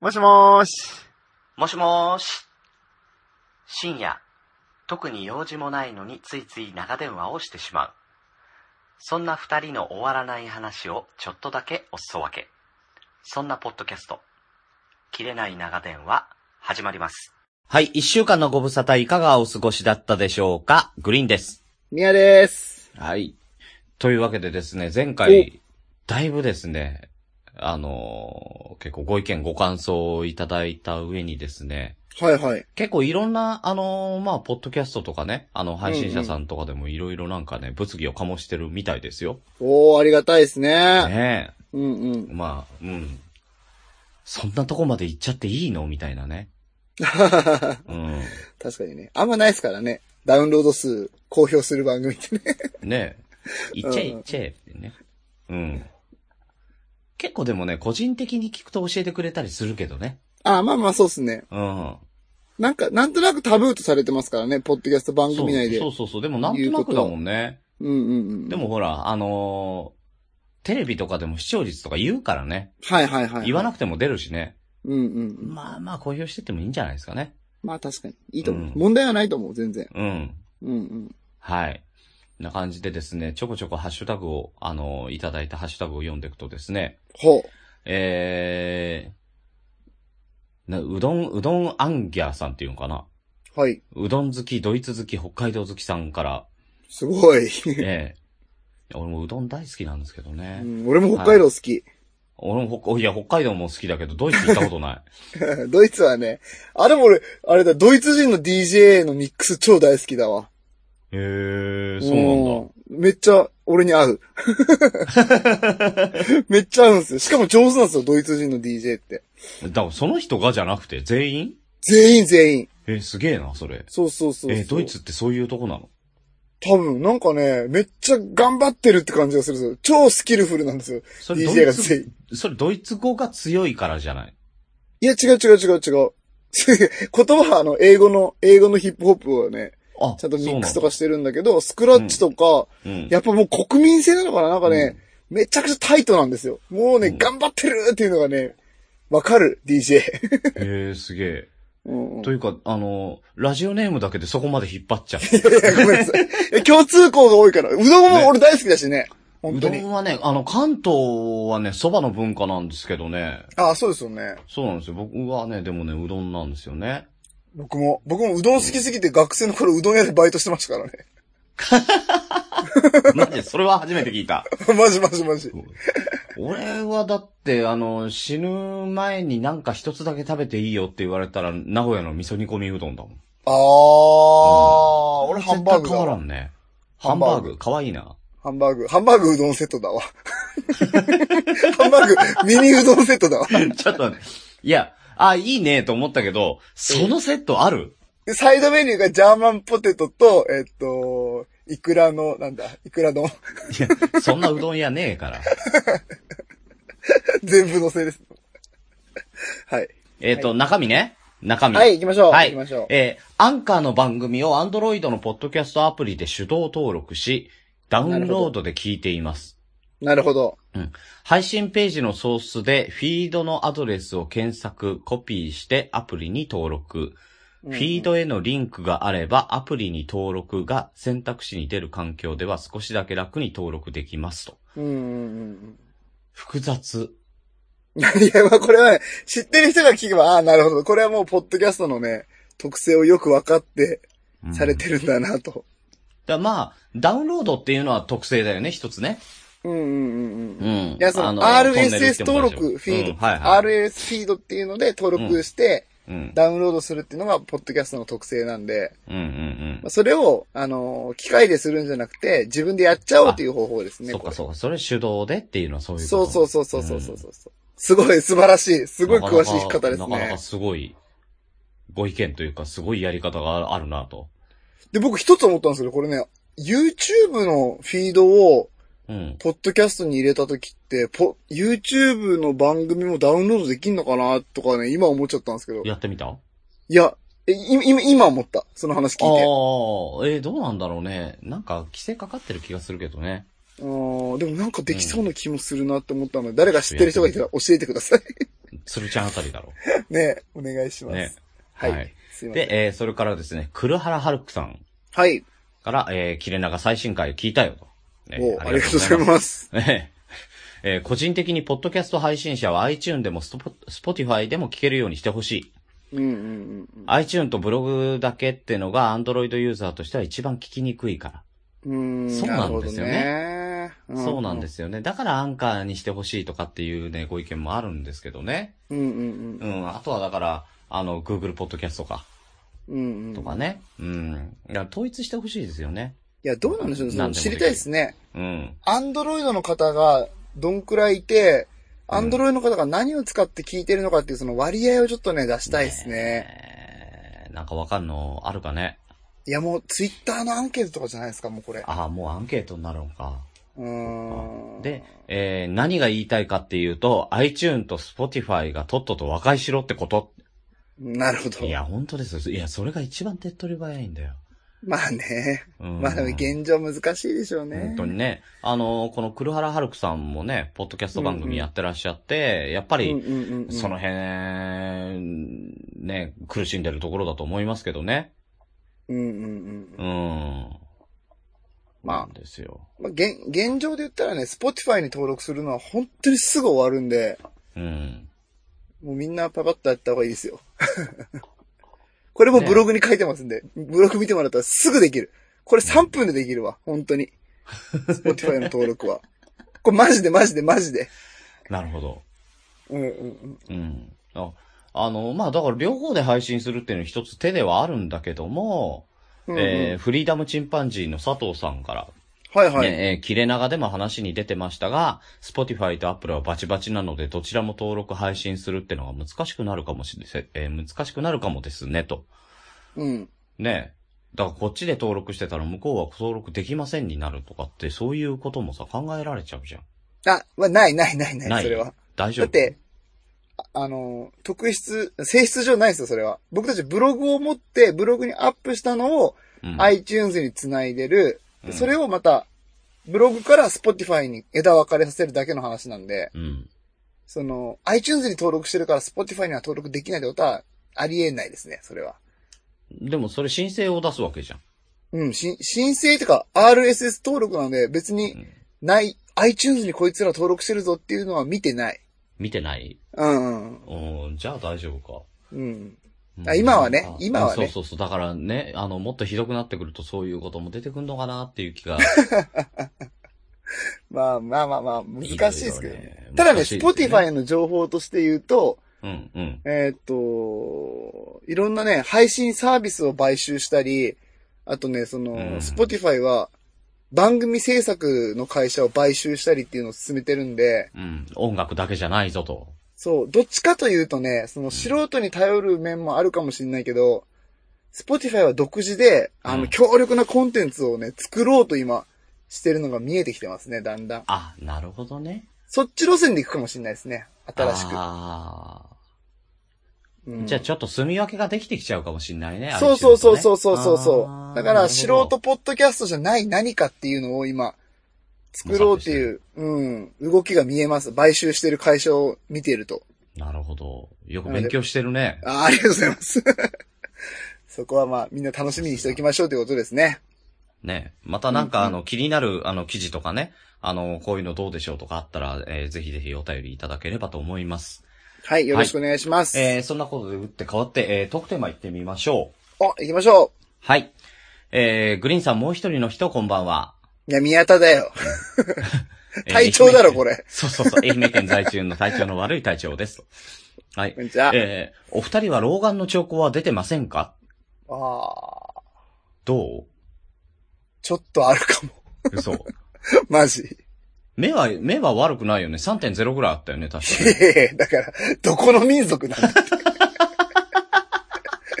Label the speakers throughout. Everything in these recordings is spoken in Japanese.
Speaker 1: もしもーし。
Speaker 2: もしもーし。深夜、特に用事もないのについつい長電話をしてしまう。そんな二人の終わらない話をちょっとだけおすそ分け。そんなポッドキャスト、切れない長電話、始まります。はい、一週間のご無沙汰いかがお過ごしだったでしょうかグリーンです。
Speaker 1: みやでーす。
Speaker 2: はい。というわけでですね、前回、だいぶですね、あのー結構ご意見ご感想をいただいた上にですね、
Speaker 1: はいはい。
Speaker 2: 結構いろんな、あのーまあ、ポッドキャストとかね、あの、配信者さんとかでもいろいろなんかね、物議を醸してるみたいですよ。
Speaker 1: おー、ありがたいですね。
Speaker 2: ね
Speaker 1: うんう
Speaker 2: え。
Speaker 1: ん。
Speaker 2: まあ、うん。そんなとこまで行っちゃっていいのみたいなね。
Speaker 1: 確
Speaker 2: うん。
Speaker 1: かにね。あんまないですからね。ダウンロード数、公表する番組って ね。
Speaker 2: ねえ。行っちゃえ
Speaker 1: うん
Speaker 2: 行っちゃえってね。うん。結構でもね、個人的に聞くと教えてくれたりするけどね。
Speaker 1: あ、まあまあそうっすね。
Speaker 2: うん。
Speaker 1: なんか、なんとなくタブーとされてますからね、ポッドキャスト番
Speaker 2: そう
Speaker 1: 組内で。
Speaker 2: そううそうそう。でもなんとなくだもんね。
Speaker 1: んうんうん。
Speaker 2: でも、ほら、あのーテレビとかでも視聴率とか言うからね。
Speaker 1: はいはいはい。
Speaker 2: 言わな
Speaker 1: く
Speaker 2: くても出るしね。
Speaker 1: うんうん。
Speaker 2: まあまあ公表してってもいいんじゃないですかね。
Speaker 1: まあ確かに。いいと思う。
Speaker 2: うん
Speaker 1: 問題はないと思う、全然。
Speaker 2: うん。
Speaker 1: うんうん。
Speaker 2: はい。こんな感じでですね、ちょこちょこハッシュタグを、あの、いただいたハッシュタグを読んでいくとですね、
Speaker 1: ほ
Speaker 2: えー、なうどん、うどんアンギャーさんっていうのかな。
Speaker 1: う。はい。
Speaker 2: うどん好き、ドイツ好き、北海道好きさん から、
Speaker 1: すごい。
Speaker 2: ええ俺もうどん大好きなんですけど
Speaker 1: う
Speaker 2: ね。
Speaker 1: ん、俺も北海道好き。
Speaker 2: 俺も北、いや、北海道も好きだけど、ドイツ行ったこと ない。
Speaker 1: ドイツはね、あ、でも俺、あれだ、ドイツ人の DJ のミックス超大好きだわ。
Speaker 2: へえー、そう
Speaker 1: うんめっちゃ、俺に合 う。めっちゃ合うんですよ。しかも上手なんですよ、ドイツ人の DJ って。
Speaker 2: なんだ。だからその人がじゃなくて、全員
Speaker 1: 全員全員。
Speaker 2: えーすげえな、それ。
Speaker 1: そうそうそうそう。
Speaker 2: えードイツってそういうとこなの
Speaker 1: 多分、なんかね、めっちゃ頑張ってるって感じがするんですよ。超スキルフルなんですよ。
Speaker 2: それド
Speaker 1: DJ が
Speaker 2: イ
Speaker 1: 全
Speaker 2: ツ、
Speaker 1: 員。
Speaker 2: それドイツ語が強いからじゃない。
Speaker 1: いや、違う違う違う違う。 言葉はあの、英語の、英語のヒップホップをね、
Speaker 2: あ、
Speaker 1: ちゃんとミックスと
Speaker 2: そう
Speaker 1: かしてるんだけど、スクラッチとか、
Speaker 2: なんだ、うん、
Speaker 1: やっぱもう国民性なのかななんかね、めちゃくちゃタイトなんですよ。もうね、
Speaker 2: うん
Speaker 1: 頑張ってるっていうのがね、わかる、DJ。
Speaker 2: へえー、すげえ。
Speaker 1: うんうん
Speaker 2: というか、あの、ラジオネームだけでそこまで引っ張っちゃう。
Speaker 1: いやいや、ごめんなさいいや。共通項が多いから。うどんも俺大好きだしね。本
Speaker 2: う
Speaker 1: 当
Speaker 2: ど
Speaker 1: に。
Speaker 2: んはね、あの、関東はね、蕎麦の文化なんですけどね。
Speaker 1: ああ、そうですよね。
Speaker 2: そうなんですよ。僕はね、でもね、うどんなんですよね。
Speaker 1: 僕も、僕もうどん好きすぎて学生の頃うどん屋でバイトしてましたからね。
Speaker 2: マジで、それは初めて聞いた。
Speaker 1: マジマジマジ。
Speaker 2: 俺はだって、あの、死ぬ前になんか一つだけ食べていいよって言われたら、名古屋の味噌煮込みうどんだもん。
Speaker 1: ああ、俺ハンバーグ
Speaker 2: 絶対変わら
Speaker 1: だ。
Speaker 2: んね。
Speaker 1: ハ
Speaker 2: ハ
Speaker 1: ン
Speaker 2: ン
Speaker 1: バ
Speaker 2: バ
Speaker 1: ー
Speaker 2: ー
Speaker 1: グ
Speaker 2: グ、かわいいな。
Speaker 1: ハンバーグ、ハンバーグうどんセットだわ。ハンバーグ、ミニうどんセットだわ。
Speaker 2: ちょっと、いや、あ、いいねと思ったけど、そのセットあ る
Speaker 1: でサイドメニューがジャーマンポテトと、えっと、イクラの、 なんだ、イクラ丼。
Speaker 2: いや、そんなうどん屋ねえから。
Speaker 1: 全部乗せです。 はい。
Speaker 2: えっ、と、中身ね。中身。
Speaker 1: はい、行きましょう。
Speaker 2: は
Speaker 1: 行きましょう。
Speaker 2: えーアンカーの番組を Android のポッドキャストアプリで手動登録し、ダウンロードで聞いています。
Speaker 1: なるほど。
Speaker 2: うん。配信ページのソースで、フィードのアドレスを検索、コピーしてアプリに登録。フィードへのリンクがあれば、アプリに登録が選択肢に出る環境では少しだけ楽に登録できますと。
Speaker 1: うんうん
Speaker 2: 複雑。
Speaker 1: うん。いや、まあこれは、ね、知ってる人が聞けば、ああ、なるほど。これはもう、ポッドキャストのね、特性をよく分かって、
Speaker 2: うん
Speaker 1: されてるんだなと。
Speaker 2: だからまあ、ダウンロードっていうのは特性だよね、一つね。
Speaker 1: うんうんうん
Speaker 2: う
Speaker 1: うんん。。いや、その、RSS 登録、フィード、
Speaker 2: はいはい。
Speaker 1: RSS フィードっていうので登録して、
Speaker 2: うん。
Speaker 1: ダウンロードするっていうのが、ポッドキャストの特性なんで、
Speaker 2: うんうん
Speaker 1: まあそれを、あのー機械でするんじゃなくて、自分でやっちゃおうという方法です
Speaker 2: うん。
Speaker 1: ね。
Speaker 2: そっか
Speaker 1: こ
Speaker 2: そうか、それ手動でっていうのはそう
Speaker 1: れ
Speaker 2: いう
Speaker 1: そ
Speaker 2: こ
Speaker 1: う
Speaker 2: と。
Speaker 1: そうそうそうそうそうそう。すごい、素晴らしい。すごい詳しい方です
Speaker 2: なかなか
Speaker 1: ね。
Speaker 2: すごい、ご意見というか、すごいやり方があるなと。
Speaker 1: で、僕一つ思ったんですけど、これね、YouTube のフィードを、
Speaker 2: うん。
Speaker 1: ポッドキャストに入れた時って、ポ、YouTube の番組もダウンロードできんのかなとかね、今思っちゃったんですけど。い
Speaker 2: や
Speaker 1: や、
Speaker 2: ってみたあ
Speaker 1: え、い今、今思った。その話
Speaker 2: あ
Speaker 1: 聞いて。
Speaker 2: ー、えーどうなんだろうね。なんか、規制かかってる気がするけどね。
Speaker 1: あーでもなんかできそうな気もするなって思ったので、誰か知ってる人がいたら教えてください。
Speaker 2: 鶴ちゃんあたりだろ
Speaker 1: ねお願いし
Speaker 2: う。
Speaker 1: ます。
Speaker 2: ね。
Speaker 1: はい。
Speaker 2: はい
Speaker 1: すいません。
Speaker 2: で、えーそれからですね、黒原ハルクさん
Speaker 1: はい。
Speaker 2: から、えー、キレナが最新回を聞いたよと。ね
Speaker 1: おうありがとうございます。
Speaker 2: ねえー個人的にポッドキャスト配信者は iTune でもスポ Spotify でも聞けるようにしてほしい。
Speaker 1: うんうんうんうん。
Speaker 2: iTune とブログだけってのが Android ユーザーとしては一番聞きにくいから。
Speaker 1: うーん
Speaker 2: そうなんですよね
Speaker 1: なるほどね
Speaker 2: そうなんで。すよね。だからアンカーにしてほしいとかっていうね、ご意見もあるんですけどね。
Speaker 1: うんうん
Speaker 2: うん。あとはだから、あの、Google ポッドキャストか、
Speaker 1: うん。うんうん。
Speaker 2: とかね。うん。いや、統一してほしいですよね。
Speaker 1: いや、どうなんでしょう
Speaker 2: なん
Speaker 1: そ
Speaker 2: でも
Speaker 1: の
Speaker 2: できる
Speaker 1: 知りたいですね。
Speaker 2: うん。
Speaker 1: アンドロイドの方がどんくらいいて、
Speaker 2: うん
Speaker 1: アンドロイドの方が何を使って聞いてるのかっていうその割合をちょっとね、出したいですね。
Speaker 2: えーなんかわかんのあるかね。
Speaker 1: いや、もうツイッターのアンケートとかじゃないですか、もうこれ。
Speaker 2: ああ、もうアンケートになるのか。
Speaker 1: うーん。
Speaker 2: で、、えー何が言いたいかっていうと、iTune と Spotify がとっとと和解しろってこと。
Speaker 1: なるほど。
Speaker 2: いや、本当ですよ。いや、それが一番手っ取り早いんだよ。
Speaker 1: まあね。
Speaker 2: うん
Speaker 1: まあでも現状難しいでしょうね
Speaker 2: 本。当にね。あの、この黒原春樹さんもね、ポッドキャスト番組やってらっしゃって、やっぱ
Speaker 1: うん
Speaker 2: り、
Speaker 1: うんうんうん
Speaker 2: その辺、ね、苦しんでるところだと思いますけどね。
Speaker 1: うんうんうん
Speaker 2: う。ん。
Speaker 1: ま
Speaker 2: な
Speaker 1: あ
Speaker 2: んですよ。
Speaker 1: まあ、現、現状で言ったらね、Spotify に登録するのは本当にすぐ終わるんで、
Speaker 2: うん。
Speaker 1: もうみんなパパッとやった方がいいですよ。 これもブログに書いてますんで、ブログ見てもらったらすぐできる。これ3分でできるわ、本当に。Spotify の登録は。 これマジでマジでマジで。
Speaker 2: なるほど。
Speaker 1: うんうんうん。
Speaker 2: うん。ああの、まあ、だから両方で配信するっていうのは一つ手ではあるんだけども、
Speaker 1: うんうん
Speaker 2: えーフリーダムチンパンジーの佐藤さんから、
Speaker 1: はいはい。
Speaker 2: ねえー切れ長でも話に出てましたが、Spotify と Apple はバチバチなので、どちらも登録配信するってのが難しくなるかもしれ、せえー難しくなるかもですね、と。
Speaker 1: うん。
Speaker 2: ねえ。だからこっちで登録してたら向こうは登録できませんになるとかって、そういうこともさ、考えられちゃうじゃん。
Speaker 1: あ、まあ、ないないないない、
Speaker 2: ない
Speaker 1: それは。
Speaker 2: 大丈夫
Speaker 1: だって、、ああの、特質、性質上ないですよ、それは。僕たちブログを持って、ブログにアップしたのを、
Speaker 2: うん、
Speaker 1: iTunes につないでる、
Speaker 2: うん
Speaker 1: それをまた、ブログから Spotify に枝分かれさせるだけの話なんで、
Speaker 2: うん。
Speaker 1: その、iTunes に登録してるから Spotify には登録できないってことは、ありえないですね、それは。
Speaker 2: でもそれ申請を出すわけじゃん。
Speaker 1: うん、し申請とか RSS 登録なんで、別
Speaker 2: う
Speaker 1: に
Speaker 2: ん
Speaker 1: ない、iTunes にこいつら登録してるぞっていうのは見てない。
Speaker 2: 見てない
Speaker 1: うん、うん、
Speaker 2: うん、じゃあ大丈夫か。
Speaker 1: うん。
Speaker 2: うん
Speaker 1: あ今はね
Speaker 2: あ
Speaker 1: 今はね
Speaker 2: うんそうそうそう。だからね、あの、もっとひどくなってくるとそういうことも出てくんのかなっていう気が。
Speaker 1: まあまあまあまあ、難しいですけど
Speaker 2: いろい
Speaker 1: ね
Speaker 2: ろね。
Speaker 1: ただね、
Speaker 2: 難しいですね
Speaker 1: Spotify の情報として言うと、
Speaker 2: うん、うん。
Speaker 1: えーっと、いろんなね、配信サービスを買収したり、あとね、その、
Speaker 2: うん
Speaker 1: Spotify は番組制作の会社を買収したりっていうのを進めてるんで、
Speaker 2: うん。音楽だけじゃないぞと。
Speaker 1: そう、どっちかというとね、その素人に頼る面もあるかもしれないけど、Spotify は独自で、あの、
Speaker 2: うん
Speaker 1: 強力なコンテンツをね、作ろうと今、してるのが見えてきてますね、だんだん。
Speaker 2: あ、なるほどね。
Speaker 1: そっち路線で行くかもしれないですね、新しく。
Speaker 2: ああ。
Speaker 1: うん
Speaker 2: じゃあちょっと住み分けができてきちゃうかもしんないね。
Speaker 1: そうそうそうそう
Speaker 2: iTunes と
Speaker 1: そう
Speaker 2: ね
Speaker 1: そう
Speaker 2: あ
Speaker 1: そ
Speaker 2: ー
Speaker 1: う。だから、素
Speaker 2: なるほ
Speaker 1: 人
Speaker 2: ど
Speaker 1: ポッドキャストじゃない何かっていうのを今、作ろうっていう、うん、動きが見えます。買収してる会社を見ていると。
Speaker 2: なるほど。よく勉強してるね。
Speaker 1: あーありがとうございます。 そこはまあ、みんな楽しみにしておきましょうということですね。
Speaker 2: ね。またなんかあの、気になるあの、記事とかね。あの、こういうのどうでしょうとかあったら、えーぜひぜひお便りいただければと思います。
Speaker 1: はい、よろしくお願いします。
Speaker 2: えーそんなことで打って変わって、えー、トークテーマ行ってみましょう。
Speaker 1: お、行きましょ
Speaker 2: はい。えー、グリーンさんもう一人の人、こんばんは。
Speaker 1: う。いや、宮田だよ。
Speaker 2: えー
Speaker 1: 体調だろ、こ。
Speaker 2: 愛媛
Speaker 1: れ。
Speaker 2: そうそうそう。愛媛県在住の体調の悪い体調です。はい
Speaker 1: こん。にちは。
Speaker 2: えー、お二人は老眼の兆候は出てませんか
Speaker 1: ああ、
Speaker 2: ど
Speaker 1: ちょっとあるかも。
Speaker 2: う嘘。
Speaker 1: マジ。
Speaker 2: 目は、目は悪くないよね。3.0ぐらいあったよね、確か
Speaker 1: いやいやだから、どこの民族なんだって。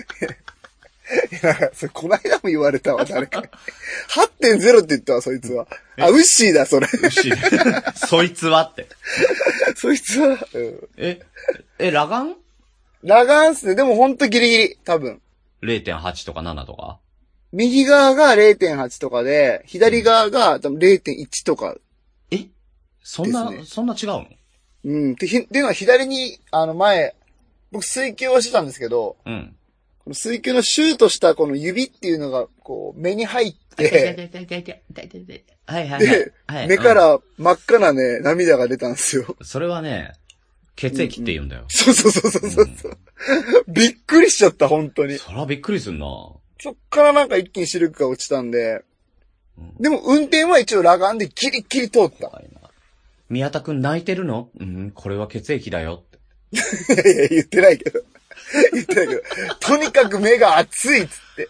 Speaker 1: いや、なんかそれこないだも言われたわ、誰かに。8.0って言ったわ、そいつは。あ、ウッシーだ、それ。
Speaker 2: に。牛 そいつはって。
Speaker 1: そいつは、うん。
Speaker 2: え、え、裸眼
Speaker 1: ラガンスね、でもほんとギリギリ、多分。
Speaker 2: ?0.8 とか7とか
Speaker 1: 右側が0.8とかで、左側が多分0.1とか。
Speaker 2: えそんな、
Speaker 1: ですね
Speaker 2: そんな違うの
Speaker 1: うん。て、ひ、でのは左に、あの前、僕水球をしてたんですけど、
Speaker 2: うん。
Speaker 1: この水球のシュートしたこの指っていうのが、こう、目に入って、
Speaker 2: はいはい
Speaker 1: で、
Speaker 2: はい。
Speaker 1: 目か
Speaker 2: うん、
Speaker 1: ら真っ赤なね、涙が出たんですよ。
Speaker 2: それはね、血液って言うんだよ。
Speaker 1: そうそうそうそうそう。うびっくりしちゃった、本当に。
Speaker 2: そらびっくりすんな。
Speaker 1: そっからなんか一気に視力が落ちたんで
Speaker 2: うん、
Speaker 1: でも運転は一応裸眼でギリギリ通った。
Speaker 2: 怖いな。宮田くん泣いてるのうん、これは血液だよって。
Speaker 1: いやいや、言ってないけど。 言ってないけど。とにかく目が熱いっつって。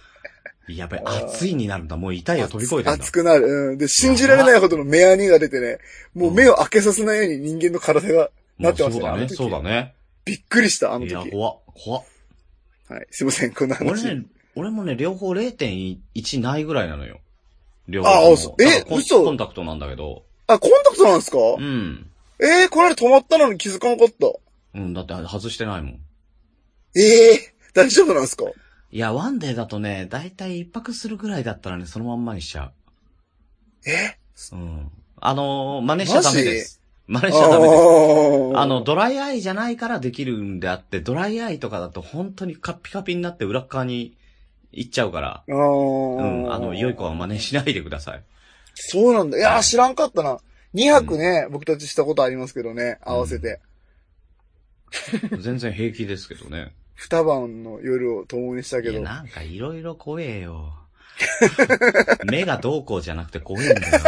Speaker 2: やべ、
Speaker 1: あー
Speaker 2: 熱いになるんだ。もう痛いよ、飛び越えてんだ
Speaker 1: 熱。くなる。うん。で、信じられないほどの目やにが出てね、もう目を開けさせないように人間の体がなってましたね。
Speaker 2: もう
Speaker 1: あの時
Speaker 2: そうだね、
Speaker 1: びっくりした、あ
Speaker 2: そうだ
Speaker 1: の
Speaker 2: ね。い
Speaker 1: 時。
Speaker 2: や
Speaker 1: は、
Speaker 2: 怖っ、怖っ。
Speaker 1: い。すいません、こんな
Speaker 2: 俺
Speaker 1: 話。
Speaker 2: ね、俺もね、両方0.1ないぐらいなのよ。両
Speaker 1: あ
Speaker 2: 方
Speaker 1: あ
Speaker 2: と
Speaker 1: そ
Speaker 2: も。
Speaker 1: うえ
Speaker 2: だからコン
Speaker 1: 嘘
Speaker 2: コンタクトなんだけど。
Speaker 1: あ、コンタクトなんですか、
Speaker 2: うん。
Speaker 1: ええー、これで止まったのに気づかなかった。
Speaker 2: うん、だって外してないもん。
Speaker 1: ええー、大丈夫なんですか
Speaker 2: いや、ワンデーだとね、だいたい一泊するぐらいだったらね、そのまんまにしちゃ
Speaker 1: え
Speaker 2: う。うん。あのー、真似しちゃダメです。真似しちゃダメです。
Speaker 1: あ
Speaker 2: あの、、ドライアイじゃないからできるんであって、ドライアイとかだと本当にカッピカピになって裏っ側に行っちゃうから、
Speaker 1: あ
Speaker 2: う
Speaker 1: ー
Speaker 2: ん、あの、良い子は真似しないでくだ さい。
Speaker 1: そうなんだ。いや
Speaker 2: は
Speaker 1: ー、
Speaker 2: い
Speaker 1: 知らんかったな。2泊ね、僕たちしたことありますけどね、合わせて。
Speaker 2: 全然平気ですけどね。
Speaker 1: 二晩の夜を共にした
Speaker 2: い
Speaker 1: け
Speaker 2: や、
Speaker 1: ど。
Speaker 2: なんかいろいろ怖えよ。 目がどうこうじゃなくて怖えんだよ。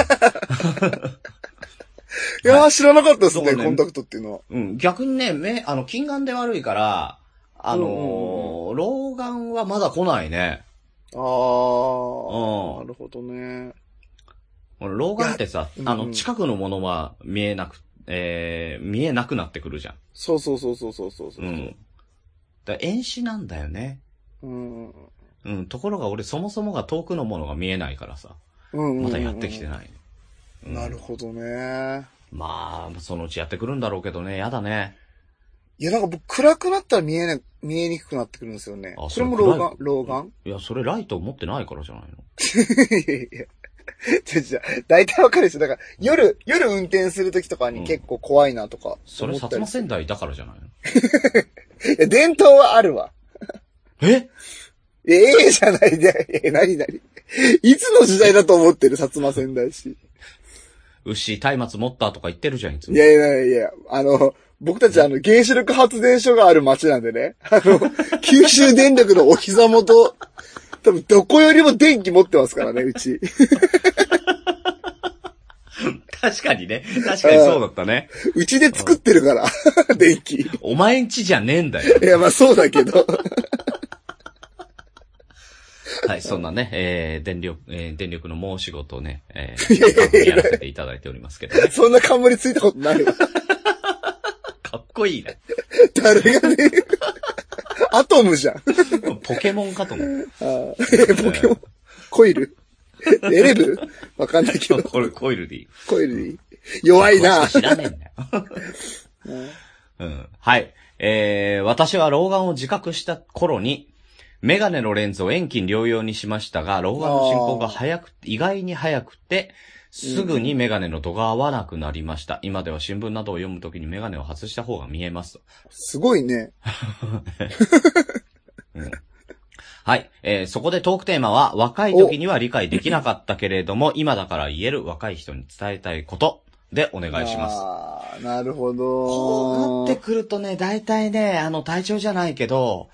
Speaker 1: いやー、知らなかったです
Speaker 2: そ
Speaker 1: ね、
Speaker 2: うね
Speaker 1: コンタクトっていうのは。
Speaker 2: うん、逆にね、目、あの、近眼で悪いから、あのー
Speaker 1: うん
Speaker 2: 老眼はまだ来ないね。
Speaker 1: あー。
Speaker 2: うん
Speaker 1: なるほどね。
Speaker 2: 俺老眼ってさ
Speaker 1: い、や
Speaker 2: あ
Speaker 1: うんう
Speaker 2: の、
Speaker 1: ん
Speaker 2: 近くのものは見えなく、えー、見えなくなってくるじゃん。
Speaker 1: そうそうそうそうそうそうそう。
Speaker 2: うん。だから遠視なんだよね。
Speaker 1: うん。うん
Speaker 2: うん。ところが俺そもそもが遠くのものが見えないからさ。
Speaker 1: うんうん。
Speaker 2: まだやってきてない。うん
Speaker 1: なるほどね。
Speaker 2: まあ、そのうちやってくるんだろうけどね。やだね。
Speaker 1: いや、なんか僕、暗くなったら見えな、見えにくくなってくるんですよね。
Speaker 2: あ
Speaker 1: それも
Speaker 2: それ
Speaker 1: 老
Speaker 2: 暗い
Speaker 1: 眼老眼
Speaker 2: いや、それライト持ってないからじゃないの。
Speaker 1: いやいや。じゃじゃ大体わかるでしょ。だから、夜、夜運転するときとかに結構怖いなとか。
Speaker 2: それ薩摩仙台だからじゃないの。
Speaker 1: いや、伝統はあるわ。
Speaker 2: え
Speaker 1: ええじゃないで、え、なになに。いつの時代だと思ってる、薩摩仙台市。
Speaker 2: 牛、松明持ったとか言ってるじゃん、いつ
Speaker 1: い
Speaker 2: も。
Speaker 1: やいやいやいや、あの、僕たちあの、原子力発電所がある町なんでね。あの、九州電力のお膝元、多分どこよりも電気持ってますからね、うち。
Speaker 2: 確かにね。確かにそうだったね。
Speaker 1: うちで作ってるから、 電気。い
Speaker 2: お前んちじゃねえんだよ。
Speaker 1: や、まあそうだけど。
Speaker 2: はい、そんなね、えー、電力、えー電力のもう仕事をね、え
Speaker 1: いやいやいや
Speaker 2: ー、やらせていただいておりますけどね。
Speaker 1: そんな冠ついたことないわ。
Speaker 2: かっこいいね。
Speaker 1: 誰がね、アトムじゃん。
Speaker 2: ポケモンかと思う。
Speaker 1: あーポケモン、コイルエレブわかんな いけど、
Speaker 2: これ、コイルでいい。
Speaker 1: コイルでいい弱いな。
Speaker 2: 知らねえんだよ。うん。はい。えー、私は老眼を自覚した頃に、メガネのレンズを遠近両用にしましたが、老眼の進行が早く、意外に早くて、すぐにメガネの度が合わなくなりました。今では新聞などを読むときにメガネを外した方が見えます。
Speaker 1: すごいね。
Speaker 2: はい。えーそこでトークテーマは、若い時には理解できなかったけれども、今だから言える若い人に伝えたいことでお願いします。
Speaker 1: あーなる
Speaker 2: こ
Speaker 1: ほど
Speaker 2: う。なってくるとね、大体ね、あの、体調じゃないけど、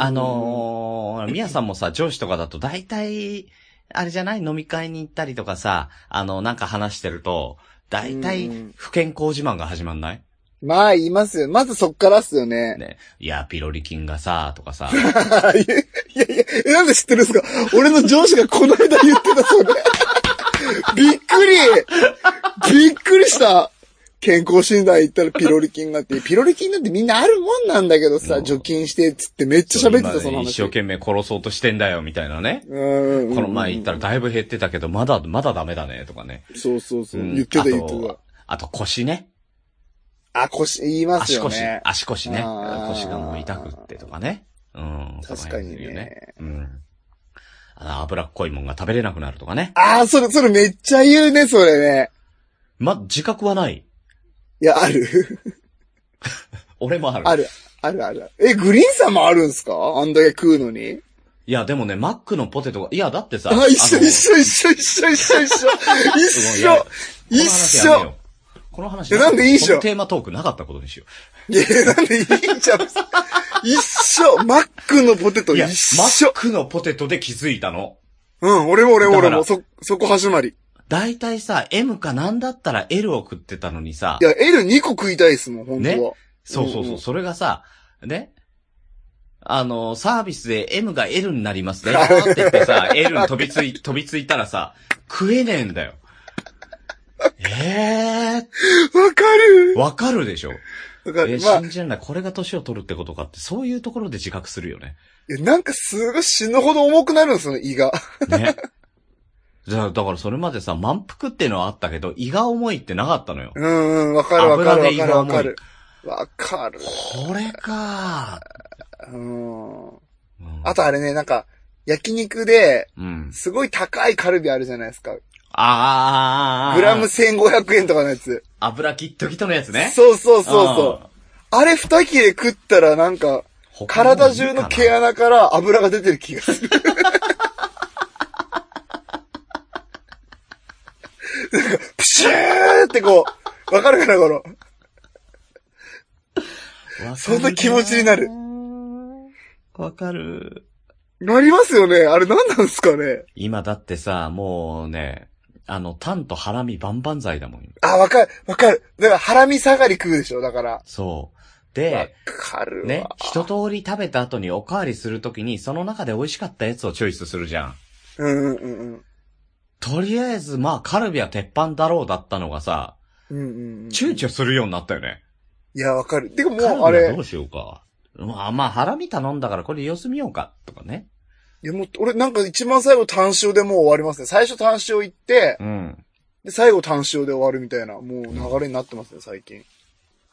Speaker 2: あのー、みやさんもさ、上司とかだと大体、あれじゃない飲み会に行ったりとかさ、あの、なんか話してると、大体
Speaker 1: うん、
Speaker 2: 不健康自慢が始まんない
Speaker 1: まあ、言いますよ。まずそっからっすよね。
Speaker 2: ね。いや、ピロリ菌がさ、とか さ。
Speaker 1: いやいや、えなんで知ってるんですか俺の上司がこの間言ってた、それ。 びっくりびっくりした健康診断行ったらピロリ菌があって、ピロリ菌なんてみんなあるもんなんだけど
Speaker 2: う
Speaker 1: さ、
Speaker 2: ん
Speaker 1: 除菌してっつってめっちゃ喋ってた、
Speaker 2: そ
Speaker 1: そう
Speaker 2: 今
Speaker 1: の
Speaker 2: ね
Speaker 1: 話。
Speaker 2: 一生懸命殺そうとしてんだよ、みたいなね。
Speaker 1: うん
Speaker 2: この前行った
Speaker 1: ら。
Speaker 2: らだいぶ減ってたけど、まだ、まだダメだね、とかね。
Speaker 1: そうそうそう。
Speaker 2: うん
Speaker 1: 言ってた
Speaker 2: あと
Speaker 1: 言ってた。
Speaker 2: あと腰ね。
Speaker 1: あ、腰、言います
Speaker 2: 足
Speaker 1: よ
Speaker 2: 腰
Speaker 1: ね。。
Speaker 2: 足腰ね。
Speaker 1: あー
Speaker 2: 腰がもう痛くってとかね。うん。
Speaker 1: 確かに
Speaker 2: その辺で
Speaker 1: ね
Speaker 2: すよね。うん。あの脂っこいもんが食べれなくなるとかね。
Speaker 1: ああ、それ、それめっちゃ言うね、それね。
Speaker 2: ま、自覚はない。
Speaker 1: いや、ある。
Speaker 2: 俺もある。
Speaker 1: ある、あるある。え、グリーンさんもあるんすかあんだけ食うのに。
Speaker 2: いや、でもね、マックのポテトが、いや、だってさ、
Speaker 1: あ、一緒
Speaker 2: あの
Speaker 1: 一緒一緒一緒一緒一緒一緒一
Speaker 2: この話やめようこの話
Speaker 1: 緒いやなんでいいじゃん
Speaker 2: このテーマトークなかったことにしよ
Speaker 1: いや、なんでいいじゃん。一緒マックのポテト
Speaker 2: う。いや、
Speaker 1: 一
Speaker 2: マ
Speaker 1: 緒
Speaker 2: ックのポテトで気づいたの。
Speaker 1: うん、俺も俺も
Speaker 2: だか
Speaker 1: 俺
Speaker 2: ら
Speaker 1: も、そ、そこ始まり。
Speaker 2: 大体さ、M かなんだったら L を食ってたのにさ
Speaker 1: い、や、L2 個食いたいですもん、本当は。
Speaker 2: そうそうそう、それがさ、ね、あの、サービスで M が L になりますね。わーって言ってさ、L に飛びつい、飛びついたらさ、食えねえんだよ。ええ
Speaker 1: わかる
Speaker 2: ー、わかるでしょ
Speaker 1: わ
Speaker 2: え
Speaker 1: かる。
Speaker 2: ー
Speaker 1: まあ
Speaker 2: 信、じられない。これが年を取るってことかって、そういうところで自覚するよね。
Speaker 1: いやなんかすごい死ぬほど重くなるんですよね、胃が。
Speaker 2: ね。 じゃあ、だからそれまでさ、満腹っていうのはあったけど、胃が重いってなかったのよ。
Speaker 1: うんうん、わかるわかる
Speaker 2: 油
Speaker 1: わ
Speaker 2: で胃
Speaker 1: か
Speaker 2: が
Speaker 1: るわ
Speaker 2: 重い
Speaker 1: かる。わかる。
Speaker 2: これか
Speaker 1: うん。
Speaker 2: うん
Speaker 1: あとあれね、なんか、焼肉で、
Speaker 2: うん。
Speaker 1: すごい高いカルビあるじゃないですか。
Speaker 2: あーあーあーあー。
Speaker 1: グラム1500円とかのやつ。
Speaker 2: 油ギットギトのやつね。
Speaker 1: そうそうそうそう。あれ二切れ食ったらなんか、
Speaker 2: うん。
Speaker 1: 体中の毛
Speaker 2: 穴。
Speaker 1: 穴から油が出てる気がする。 なんかプシューってこう、わかるかな、この。そんな気持ちになる。
Speaker 2: わかる。
Speaker 1: なりますよね。あれ何なんですかね。
Speaker 2: 今だってさ、もうね、あの、タンとハラミバンバン剤だもん。
Speaker 1: あ、わかる、わかる。だから、ハラミ下がり食うでしょ、だから。
Speaker 2: そう。
Speaker 1: わ
Speaker 2: で、
Speaker 1: かるわ。
Speaker 2: ね、一通り食べた後におかわりするときに、その中で美味しかったやつをチョイスするじゃん。
Speaker 1: うんうんうん
Speaker 2: とりあえず、まあ、カルビは鉄板だろうだったのがさ、
Speaker 1: うん。うんうんうん。
Speaker 2: 躊躇するようになったよね。
Speaker 1: いや、わかる。てかもう、
Speaker 2: カルビ
Speaker 1: あ
Speaker 2: は
Speaker 1: れ
Speaker 2: ど、うしようか。まあまあ、ハラミ頼んだからこれ様子見ようか、とかね。
Speaker 1: いやもう、俺なんか一番最後単勝でもう終わりますね。最初単勝行って、
Speaker 2: うん。
Speaker 1: で、最後単勝で終わるみたいな、もう流れになってますね、最近。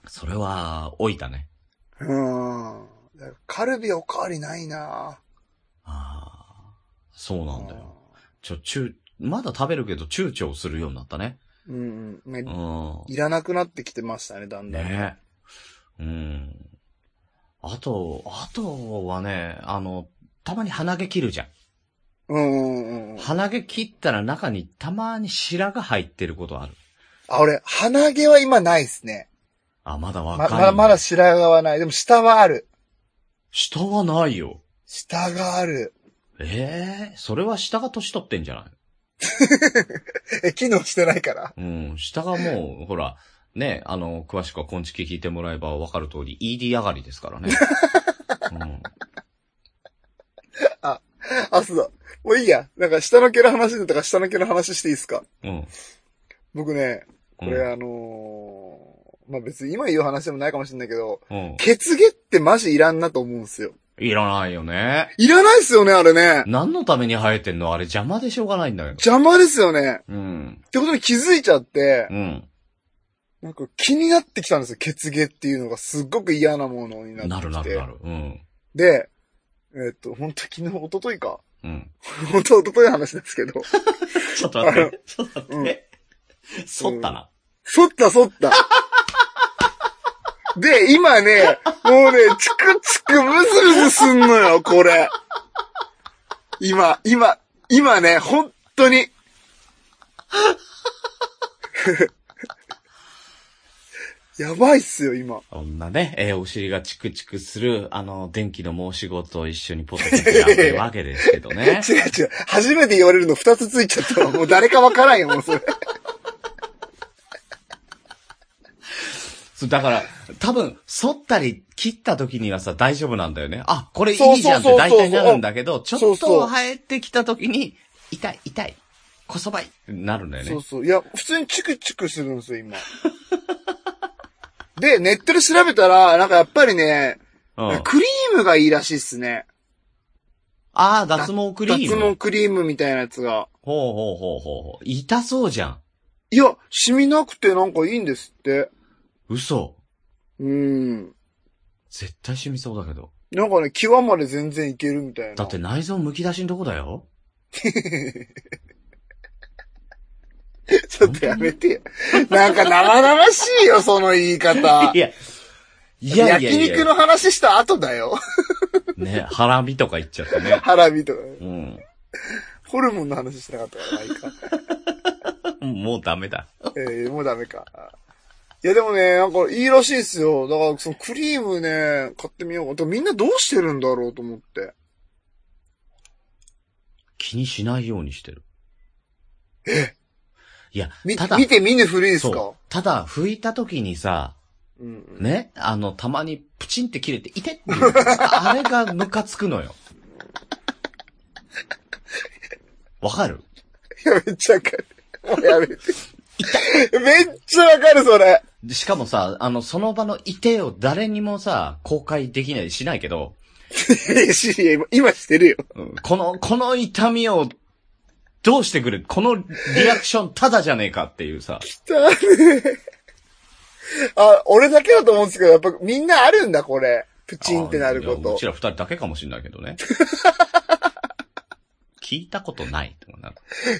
Speaker 2: それは、老いたね。
Speaker 1: うーん。だからカルビおかわりないな
Speaker 2: ああ、そうなんだ
Speaker 1: あー
Speaker 2: よ。ちょ、ちゅ、まだ食べるけど躊躇するようになったね。
Speaker 1: うんうん。ね
Speaker 2: うん。
Speaker 1: いらなくなってきてましたね、だんだん。
Speaker 2: ねえ。うん。あと、あとはね、あの、たまに鼻毛切るじゃん。
Speaker 1: うんうんうんうん。
Speaker 2: 鼻毛切ったら中にたまに白が入ってることある。
Speaker 1: あ、俺、鼻毛は今ないですね。
Speaker 2: あ、まだ
Speaker 1: ま、
Speaker 2: 若
Speaker 1: ま
Speaker 2: い、
Speaker 1: だ、まだ。白髪はない。でも下はある。
Speaker 2: 下はないよ。
Speaker 1: 下がある。
Speaker 2: ええそれは下が年取ってんじゃない
Speaker 1: え、機能してないから。
Speaker 2: うん、下がもう、ほら、ね、あの、詳しくは昆虫聞いてもらえばわかる通り、ED 上がりです からね。うん。
Speaker 1: あ、そうだ。もういいや。なんか下の毛の話だったから下の毛の話していいですか
Speaker 2: うん。
Speaker 1: 僕ね、これ
Speaker 2: うん
Speaker 1: あのーまあ、別に今言う話でもないかもしれないけど、
Speaker 2: うん。
Speaker 1: 血毛ってマジいらんなと思うんですよ。
Speaker 2: いらないよね。
Speaker 1: いらないっすよね、あれね。
Speaker 2: 何のために生えてんのあれ邪魔でしょうがないんだよ。
Speaker 1: 邪魔ですよね。
Speaker 2: うん。
Speaker 1: ってことに気づいちゃって
Speaker 2: う、ん。
Speaker 1: なんか気になってきたんですよ、血毛っていうのがすっごく嫌なものになってきて。
Speaker 2: なるなるなる。うん。
Speaker 1: で、えっと、本当昨日、一昨日か。
Speaker 2: うん。
Speaker 1: 本当一昨日の話なんですけど。
Speaker 2: ちょっと待って。 ちょっと待って。剃ったな。
Speaker 1: そったそった。で、今ね、もうね、チクチクムズムズすんのよ、これ。今、今、今ね、本当に。 やばいっすよ、今。
Speaker 2: こんなね、えーお尻がチクチクする、あの、電気の申し子と一緒にポッドキャストやってるわけですけど ね。
Speaker 1: 違う違う。初めて言われるの二つついちゃったわ。もう誰かわからんよ、もうそれ。
Speaker 2: そうだから、多分、剃ったり切った時にはさ、大丈夫なんだよね。あ、これいい
Speaker 1: そう
Speaker 2: じ
Speaker 1: そ
Speaker 2: ゃ
Speaker 1: うん
Speaker 2: っ
Speaker 1: そうそう
Speaker 2: て大体なるんだけど、ちょ
Speaker 1: そう
Speaker 2: っ
Speaker 1: そう
Speaker 2: と生えてきた時に、痛い、痛い、こそばい、なるんだよね
Speaker 1: そう。そう。いや、普通にチクチクするんですよ、今。で、ネットで調べたら、なんかやっぱりね、
Speaker 2: うん。
Speaker 1: クリームがいいらしいっすね。
Speaker 2: ああ、脱毛クリーム。
Speaker 1: 脱毛クリームみたいなやつが。
Speaker 2: ほうほうほうほうほう。痛そうじゃん。
Speaker 1: いや、染みなくてなんかいいんですって。
Speaker 2: 嘘。
Speaker 1: うん。
Speaker 2: 絶対染みそうだけど。
Speaker 1: なんかね、際まで全然いけるみたいな。
Speaker 2: だ って内臓剥き出しのとこだよ。
Speaker 1: ちょっとやめてよ。なんか生々しいよ、その言い方。
Speaker 2: いや、いやいや
Speaker 1: 焼
Speaker 2: い
Speaker 1: 肉
Speaker 2: や、
Speaker 1: の話した後だよ。
Speaker 2: ね、ハラミとか言っちゃってね。
Speaker 1: ハラミとか。
Speaker 2: うん。
Speaker 1: ホルモンの話してなかったからないか。
Speaker 2: もうダメだ。
Speaker 1: えー、もうダメか。いやでもね、なんかいいらしいですよ。だからそのクリームね、買ってみようか。でもみんなどうしてるんだろうと思って。
Speaker 2: 気にしないようにしてる。えいや
Speaker 1: み、
Speaker 2: ただ、
Speaker 1: 見て見ぬふりですか
Speaker 2: そう。ただ、拭いた時にさ、
Speaker 1: うんうん。
Speaker 2: ね、あの、たまにプチンって切れて、いてっていう。あれがムカつくのよ。わかる
Speaker 1: いや、めっちゃわかる。もうやめて。めっちゃわかる、それ。
Speaker 2: でしかもさ、あの、その場のいてを誰にもさ、公開できない、しないけど、
Speaker 1: いや知り合いも今してるよ。
Speaker 2: うんこの、この痛みを、どうしてくれこのリアクションただじゃねえかっていうさ。
Speaker 1: 汚ねえあ、俺だけだと思うんですけど、やっぱみんなあるんだ、これ。プチンってなるこ
Speaker 2: あいやう
Speaker 1: と
Speaker 2: ち。ら二人だけかもしんないけどね。 聞いたことないとかな。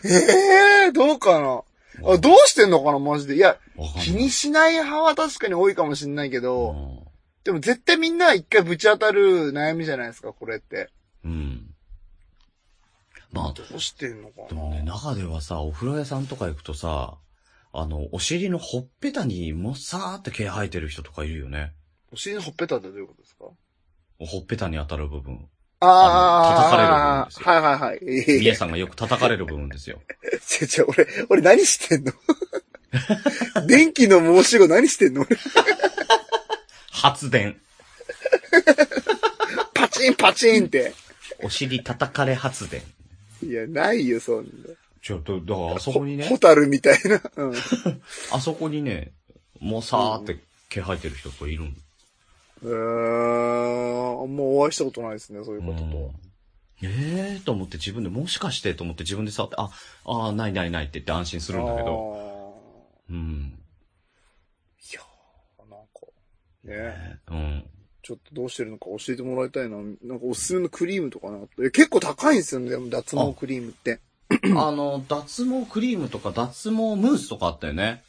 Speaker 1: ええー、どうかな。あどうしてんのかな、マジで。いや、
Speaker 2: わかんない
Speaker 1: 気にしない派は確かに多いかもしんないけど、でも絶対みんな一回ぶち当たる悩みじゃないですか、これって。
Speaker 2: うんうん。まあ、
Speaker 1: どうしてんのか
Speaker 2: で
Speaker 1: な。
Speaker 2: もね、中ではさ、お風呂屋さんとか行くとさ、あの、お尻のほっぺたにもさーって毛生えてる人とかいるよね。
Speaker 1: お尻のほっぺたってどういうことですか
Speaker 2: ほっぺたに当たる部分。
Speaker 1: ああ、
Speaker 2: 叩
Speaker 1: ああはいはいはい。い
Speaker 2: み
Speaker 1: や
Speaker 2: えさんがよく叩かれる部分ですよ。
Speaker 1: ちょちょ、俺、俺何してんの 電気の申し子何してんの 俺
Speaker 2: 発電。
Speaker 1: パチンパチンって。
Speaker 2: お尻叩かれ発電。
Speaker 1: いや、ないよ、そん
Speaker 2: ちょっと、だからあそ
Speaker 1: な。
Speaker 2: こにね
Speaker 1: ホ、タルみたいな。うん。
Speaker 2: あそこにね、もさーって毛生えてる人とかいるん
Speaker 1: えー、あんまお会いしたことないですね、そういうこととは。
Speaker 2: ええと思って自分で、もしかしてと思って自分で触って、あ、あーないないないって言って安心するんだけど。
Speaker 1: あ
Speaker 2: うん。
Speaker 1: ーいやーなんか、ね
Speaker 2: うん。
Speaker 1: ちょっとどうしてるのか教えてもらいたいな。なんかおすすめのクリームとかなかった。え結構高いんですよね、でも脱毛クリームって。
Speaker 2: あの、脱毛クリームとか脱毛ムースとかあったよね。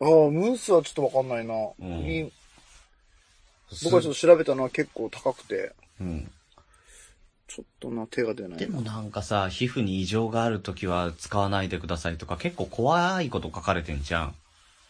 Speaker 1: ああー、ムースはちょっとわかんないな。
Speaker 2: ん
Speaker 1: クリーム僕はちょっと調べたのは結構高くて、
Speaker 2: うん。
Speaker 1: ちょっとな、手が出ない。
Speaker 2: でもなんかさ、皮膚に異常があるときは使わないでくださいとか結構怖いこと書かれてんじゃん。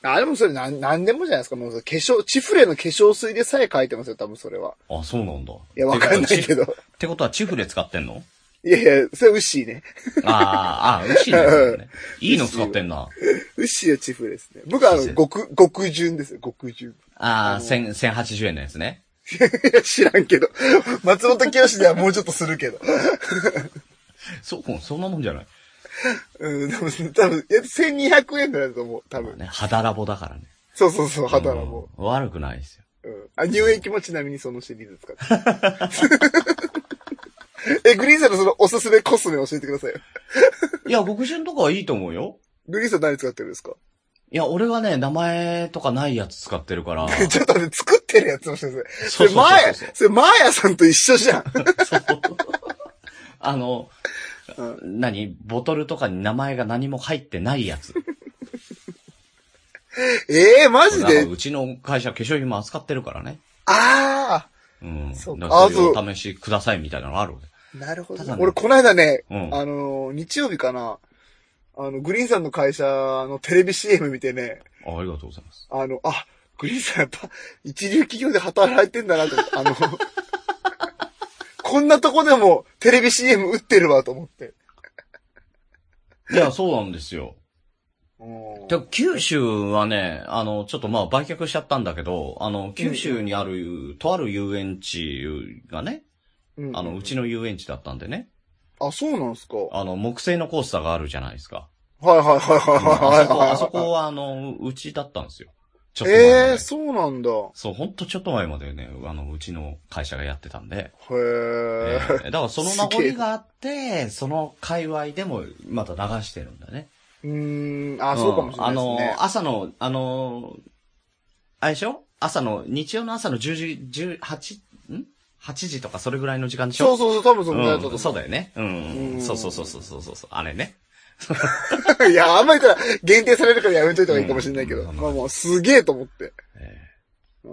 Speaker 1: あ、でもそれなん、なんでもじゃないですか。もうそれ化粧、チフレの化粧水でさえ書いてますよ、多分それは。
Speaker 2: あ、そうなんだ。
Speaker 1: いや、わかんないけ
Speaker 2: ど。
Speaker 1: ど。
Speaker 2: ってことはチフレ使ってんの
Speaker 1: いやいや、それウッシーね。
Speaker 2: あーあー、牛なんだね。いいの使ってんな。
Speaker 1: ウッシーはチフレですね。僕はあの
Speaker 2: チフレ、
Speaker 1: 極、極順ですよ、極順。
Speaker 2: ああ、千、千八十円のやつね。
Speaker 1: いや、 知らんけど。松本清ではもうちょっとするけど。
Speaker 2: そう、そんなもんじゃない。
Speaker 1: うん、でも、多分、いや、1200円ぐらいだと思う、多分。
Speaker 2: ね、肌ラボだからね。
Speaker 1: そうそうそう、肌のも
Speaker 2: うん悪くないですよ。
Speaker 1: う。うん。あ、乳液もちなみにそのシリーズ使 って。え、グリーンさんのそのおすすめコスメ教えてくださいよ。
Speaker 2: いや、極潤とかはいいと思うよ。
Speaker 1: グリーンさん何使ってるんですか
Speaker 2: いや、俺はね、名前とかないやつ使ってるから。
Speaker 1: ちょっと待って、作ってるやつもしてください。そ
Speaker 2: そうそうそうそう
Speaker 1: れ、マーヤ、それ、マーヤさんと一緒じゃん。
Speaker 2: そうあの、何ボトルとかに名前が何も入ってないやつ。
Speaker 1: ええマジ
Speaker 2: なん
Speaker 1: で
Speaker 2: かうちの会社化粧品も扱ってるからね。
Speaker 1: あ
Speaker 2: うん。
Speaker 1: そうか
Speaker 2: だから
Speaker 1: あそう
Speaker 2: いうお試しくださいみたいなのある。
Speaker 1: あなるほど
Speaker 2: ただ。ね
Speaker 1: 俺、この間ね、
Speaker 2: うん
Speaker 1: あのー、日曜日かな、あの、グリーンさんの会社のテレビ CM 見てね、
Speaker 2: あありがとうござい ます。
Speaker 1: あの、あ、グリーンさんやっぱ、一流企業で働いてんだなと思 って、あの、こんなとこでもテレビ CM 打ってるわと思って。
Speaker 2: いや、そうなんですよ。
Speaker 1: うん
Speaker 2: で九州はね、あの、ちょっとまあ売却しちゃったんだけど、あの、九州にある、とある遊園地がね、
Speaker 1: うん
Speaker 2: あの、うちの遊園地だったんでね。
Speaker 1: あ、そうなんすか。は
Speaker 2: あの、木製のコースターがあるじゃないですか。
Speaker 1: いはいはいはいはい
Speaker 2: あそ
Speaker 1: はいはいは
Speaker 2: こ、
Speaker 1: い。
Speaker 2: あそこはあの、うちだったんですよ。ちょっと前まで
Speaker 1: ええそうなんだ。
Speaker 2: そう、ほんとちょっと前までね、あの、うちの会社がやってたんで。
Speaker 1: へえ。
Speaker 2: ええだからその名残があって、その界隈でもまた流してるんだね。
Speaker 1: うーん、あ、そうかもしれないです
Speaker 2: うんあ
Speaker 1: ね。
Speaker 2: の、朝の、あの、あれでしょ朝の、日曜の朝の10時、18、ん ?8 時とかそれぐらいの時間でし
Speaker 1: そう
Speaker 2: ょ
Speaker 1: そうそう、多分そんなやつだと
Speaker 2: う
Speaker 1: 思
Speaker 2: ん、そうだよね。うん。
Speaker 1: うん
Speaker 2: そうそうそうそうそうそう。あれね。
Speaker 1: いや、あんまり言ったら限定されるからやめといた方がいいかもしれないけど。
Speaker 2: うん
Speaker 1: まあもう、すげえと思って。
Speaker 2: ええ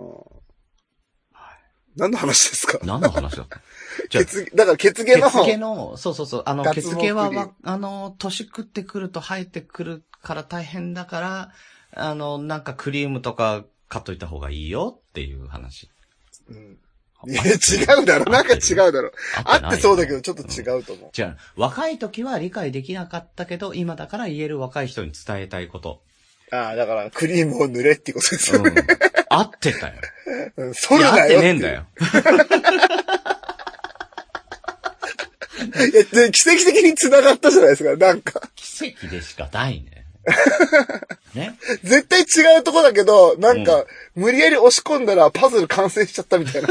Speaker 1: 何の話ですか
Speaker 2: 何の話だったじゃあ
Speaker 1: ケ、ツ、だからケツ毛の、
Speaker 2: 血毛の、そうそうそう、あの、
Speaker 1: 脱毛
Speaker 2: 血毛は
Speaker 1: クリーム
Speaker 2: わ、あの、年食ってくると生えてくるから大変だから、あの、なんかクリームとか買っといた方がいいよっていう話。
Speaker 1: うんいや、違うだろ。なんか違うだろ。あってそうだけど、ちょっと違
Speaker 2: う。
Speaker 1: うと思
Speaker 2: 違う。若い時は理解できなかったけど、今だから言える若い人に伝えたいこと。
Speaker 1: う。ああ、だから、クリームを塗れってことです
Speaker 2: う
Speaker 1: よ
Speaker 2: ん
Speaker 1: ね。。
Speaker 2: 合ってたよ。
Speaker 1: うん、剃
Speaker 2: い
Speaker 1: る
Speaker 2: や合
Speaker 1: な
Speaker 2: っ
Speaker 1: よ。
Speaker 2: てねえんだ。よ。
Speaker 1: いや、で奇跡的に繋がったじゃないですか。なんか、
Speaker 2: 奇跡でしかないね。ね
Speaker 1: 絶対違うとこだけど、なん
Speaker 2: う
Speaker 1: か、無理やり押し込んだらパズル完成しちゃったみたいな。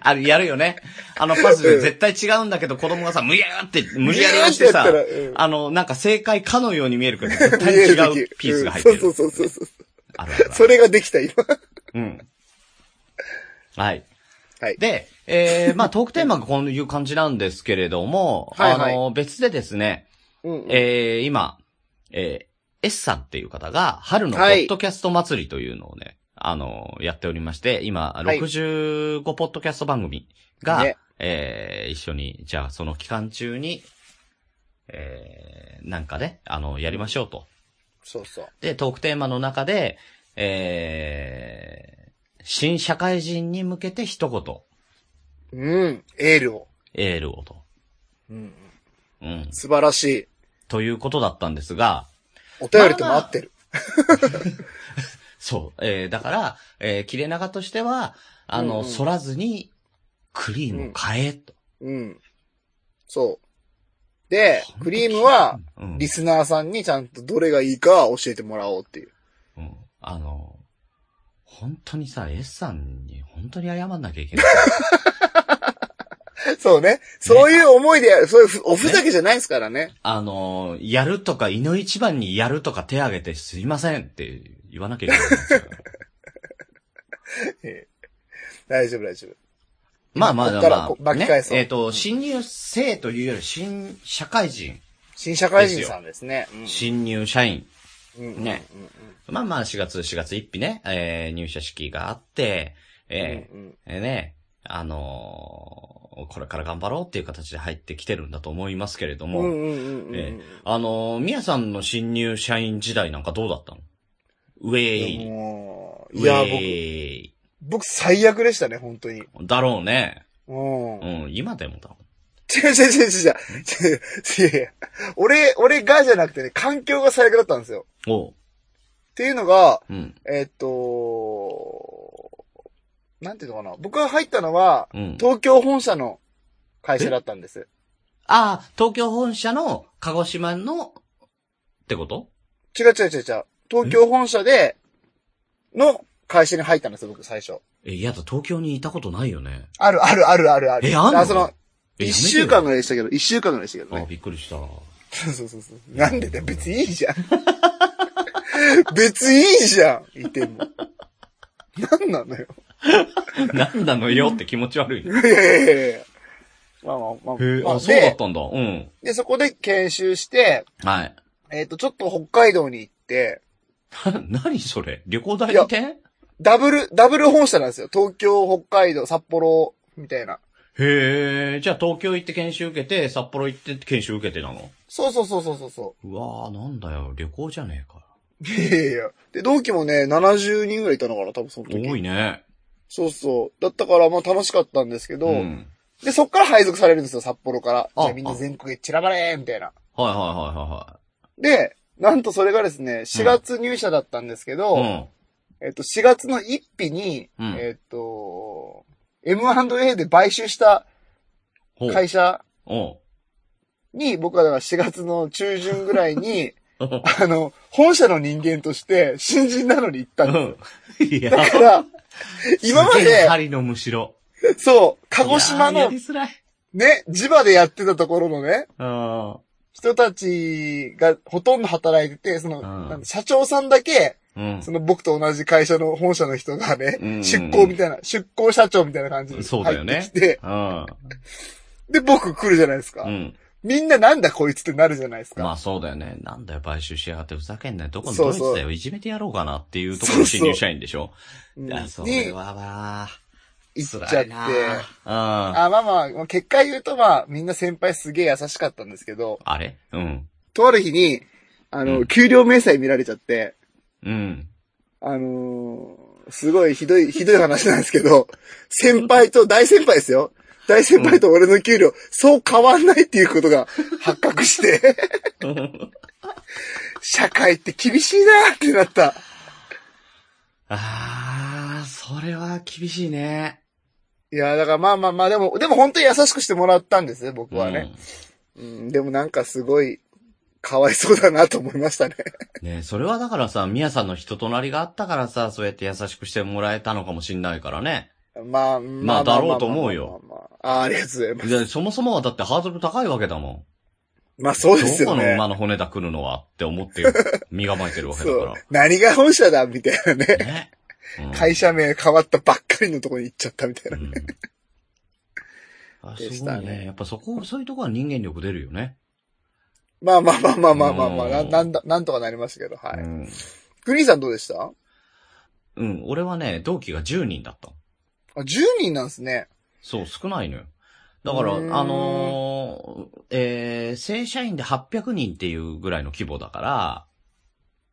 Speaker 2: あれ、やるよね。あのパズル絶対違うんだけど、子供がさ、無理やりって、 無理やり押してさ
Speaker 1: 無理やりってやったらう、ん
Speaker 2: あの、なんか正解かのように見え るけど、絶対違うピースが入ってる。
Speaker 1: うんそうそうそうそう。
Speaker 2: あるあるある
Speaker 1: それができた、今。
Speaker 2: うん。はい。
Speaker 1: はい
Speaker 2: で、えー、まあ、トークテーマがこういう感じなんですけれども、
Speaker 1: はいはい
Speaker 2: あの、別でですね、
Speaker 1: うん
Speaker 2: えー、今、えー、S さんっていう方が、春のポッドキャスト祭りというのをね、あの、やっておりまして、今、
Speaker 1: い
Speaker 2: 65ポッドキャスト番組が、
Speaker 1: ね
Speaker 2: えー、一緒に、じゃあ、その期間中に、えー、なんかね、あの、やりましょうと。
Speaker 1: そうそう。
Speaker 2: で、トークテーマの中で、えー、新社会人に向けて一言、
Speaker 1: うん。エールを。
Speaker 2: エールをと。
Speaker 1: うん。
Speaker 2: うん。
Speaker 1: 素晴らしい。
Speaker 2: ということだったんですが、
Speaker 1: お便りとも合ってる。
Speaker 2: そう。えー、だから、えー、切れ長としては、あの、
Speaker 1: うんうん
Speaker 2: 反らずに、クリームを買え、と。
Speaker 1: うん。そう。で、クリームは、
Speaker 2: うん、
Speaker 1: リスナーさんにちゃんとどれがいいか教えてもらおうっていう。
Speaker 2: うん。あの、本当にさ、S さんに本当に謝んなきゃいけない。
Speaker 1: そうね。そういう思いでやる。そういうふおふざけじゃないですからね。
Speaker 2: あの、やるとか、いの一番にやるとか手挙げてすいませんって言わなきゃいけないんですから。
Speaker 1: 大丈夫、大丈夫。
Speaker 2: まあまあ
Speaker 1: こ
Speaker 2: ま
Speaker 1: っ
Speaker 2: あ、
Speaker 1: から
Speaker 2: ま
Speaker 1: こ
Speaker 2: あ、
Speaker 1: 巻き返そう
Speaker 2: ね、えっ、と、新入生というより新社会人、
Speaker 1: 新社会人さんですね。
Speaker 2: 新入社員。
Speaker 1: うんうん
Speaker 2: ね。まあまあ、4月、4月1日ね、えー入社式があって、
Speaker 1: うん
Speaker 2: え
Speaker 1: うんうん
Speaker 2: ーえーね、あのーこれから頑張ろうっていう形で入ってきてるんだと思いますけれども、
Speaker 1: うんうんうんうんう
Speaker 2: えー
Speaker 1: ん。
Speaker 2: あのー、みやさんの新入社員時代なんかどうだったのウェイ。
Speaker 1: もう
Speaker 2: ウ
Speaker 1: いや、
Speaker 2: ェ
Speaker 1: 僕、
Speaker 2: イ。
Speaker 1: 僕最悪でしたね、本当に。
Speaker 2: だろうね。
Speaker 1: うん
Speaker 2: う。ん、今でもだろ
Speaker 1: 違う違う違う違う。違う違ういやいや俺、俺がじゃなくてね、環境が最悪だったんですよ。
Speaker 2: う。おう。
Speaker 1: っていうのが、
Speaker 2: うん、
Speaker 1: えっと、なんていうのかな。僕が入ったのは、
Speaker 2: うん。
Speaker 1: 東京本社の会社だったんです。
Speaker 2: ああ、東京本社の鹿児島の、ってこと
Speaker 1: 違う違う違う違う。東京本社で、の会社に入ったんですよ、僕最初。
Speaker 2: え、いやだ、東京にいたことないよね。
Speaker 1: あるあるあるあるある。
Speaker 2: え、あんの
Speaker 1: その、
Speaker 2: え
Speaker 1: 一週間
Speaker 2: や
Speaker 1: ぐらいでしたけど、一週間ぐらいでしたけど
Speaker 2: めてよあ、
Speaker 1: ね。
Speaker 2: びっくりした。
Speaker 1: そうそうそうそう。なんでだよ、別にいい じゃん。別にいいじゃん、いても。なんなのよ。
Speaker 2: なんなのよって気持ち悪い。へ
Speaker 1: いやいやいやいや。まあまあまあ。
Speaker 2: え、
Speaker 1: まあ
Speaker 2: あ、そうだっ
Speaker 1: で
Speaker 2: たんだ。うん。
Speaker 1: で、そこで研修して、
Speaker 2: はい。
Speaker 1: えっ、と、ちょっと北海道に行って、
Speaker 2: な、何それ旅行代理店
Speaker 1: ダブル、ダブル本社なんですよ。東京、北海道、札幌、みたいな。
Speaker 2: へえ、じゃあ東京行って研修受けて、札幌行って研修受けてなの
Speaker 1: そうそうそうそうそうそう
Speaker 2: わーなんだよ、旅行じゃねえか。
Speaker 1: う。いやいやいや。で、同期もね、70人ぐらいいたのかな、多分その時。
Speaker 2: 多いね。
Speaker 1: そうそう。だったから、まあ楽しかったんですけど、
Speaker 2: うん。
Speaker 1: で、そっから配属されるんですよ、札幌から。
Speaker 2: あ
Speaker 1: じゃあみんな全国へ散らばれーみたいな。
Speaker 2: はいはいは
Speaker 1: で、なんとそれがですね、4月入社だったんですけど、
Speaker 2: いはいはい。
Speaker 1: えっと、4月の1日に、
Speaker 2: うん
Speaker 1: えっと、M&A で買収した
Speaker 2: うん。
Speaker 1: 会
Speaker 2: 社。
Speaker 1: 社
Speaker 2: お
Speaker 1: に、僕はだから4月の中旬ぐらいに、
Speaker 2: う。
Speaker 1: あの、本社の人間として、新人なのに行ったんですよ。
Speaker 2: うん。 いや
Speaker 1: だから、今ます
Speaker 2: げえ
Speaker 1: で、
Speaker 2: 針のむしろ。
Speaker 1: そう、鹿児島
Speaker 2: いやーや
Speaker 1: の
Speaker 2: りづらい。
Speaker 1: ね、地場でやってたところのね、
Speaker 2: うん。
Speaker 1: 人たちがほとんど働いてて、その、
Speaker 2: ん
Speaker 1: なんだ社長さんだけ、
Speaker 2: うん
Speaker 1: その僕と同じ会社の本社の人がね、
Speaker 2: うんうんうん
Speaker 1: 出向みたいな、出向社長みたいな感じで
Speaker 2: そう
Speaker 1: 入
Speaker 2: だよ
Speaker 1: って
Speaker 2: ね
Speaker 1: きて、。
Speaker 2: うん。
Speaker 1: で、僕来るじゃないですか。
Speaker 2: うん。
Speaker 1: みんななんだこいつってなるじゃないですか。
Speaker 2: まあそうだよね。なんだよ、買収しやがってふざけんなよ。どこの
Speaker 1: そ
Speaker 2: ド
Speaker 1: う
Speaker 2: イツ
Speaker 1: そう
Speaker 2: だよ。いじめてやろうかなっていうところの新入社員でしょ。
Speaker 1: うん
Speaker 2: いや、それ
Speaker 1: に、
Speaker 2: はまあ、
Speaker 1: 行っちゃっ
Speaker 2: 辛
Speaker 1: て
Speaker 2: い。なうん。
Speaker 1: あ、まあまあまあ、結果言うとまあ、みんな先輩すげえ優しかったんですけど、
Speaker 2: あれうん。
Speaker 1: とある日に、あの、
Speaker 2: うん
Speaker 1: 給料明細見られちゃって、
Speaker 2: うん。
Speaker 1: あのーすごいひどい、 ひどい話なんですけど、先輩と大先輩ですよ。大先輩と俺の給料、そう変わんないっていうことが発 覚して、社会って厳しいなーってなった。
Speaker 2: ああ、それは厳しいね。
Speaker 1: いやー、だからまあまあまあ、でも、でも本当に優しくしてもらったんですね、僕はね。
Speaker 2: ね。
Speaker 1: うん、でもなんかすごい、かわいそうだなと思いましたね。
Speaker 2: ねそれはだからさ、ミヤさんの人となりがあったからさ、そうやって優しくしてもらえたのかもしんないからね。
Speaker 1: まあ、ま
Speaker 2: だろうと思うよ。
Speaker 1: まあまあまあ、あーありがとうございます。
Speaker 2: でそもそもはだってハードル高いわけだもん。
Speaker 1: まあそうですよ
Speaker 2: どこの
Speaker 1: ね。
Speaker 2: 馬の骨だ来るのはって思って身構えてるわけだ
Speaker 1: そう
Speaker 2: か。
Speaker 1: 何が本社だみたいなね。
Speaker 2: ら。ね。うん
Speaker 1: 会社名変わったばっかりのとこに行っちゃったみた いな。
Speaker 2: うんあ、
Speaker 1: ですし
Speaker 2: ご
Speaker 1: た
Speaker 2: い
Speaker 1: ね
Speaker 2: ね。やっぱそこ、そういうとこは人間力出るよね。
Speaker 1: まあまあまあまあまあまあまあ、な
Speaker 2: うん
Speaker 1: なんだ、なんとかなりましたけど、は
Speaker 2: う
Speaker 1: い。
Speaker 2: ん。
Speaker 1: グリーンさんどうでした
Speaker 2: うん、俺はね、同期が10人だったの。
Speaker 1: あ、10人なんですね。
Speaker 2: そう、少ないのよ。だから、
Speaker 1: う
Speaker 2: あ
Speaker 1: ーん
Speaker 2: のーえー正社員で800人っていうぐらいの規模だから、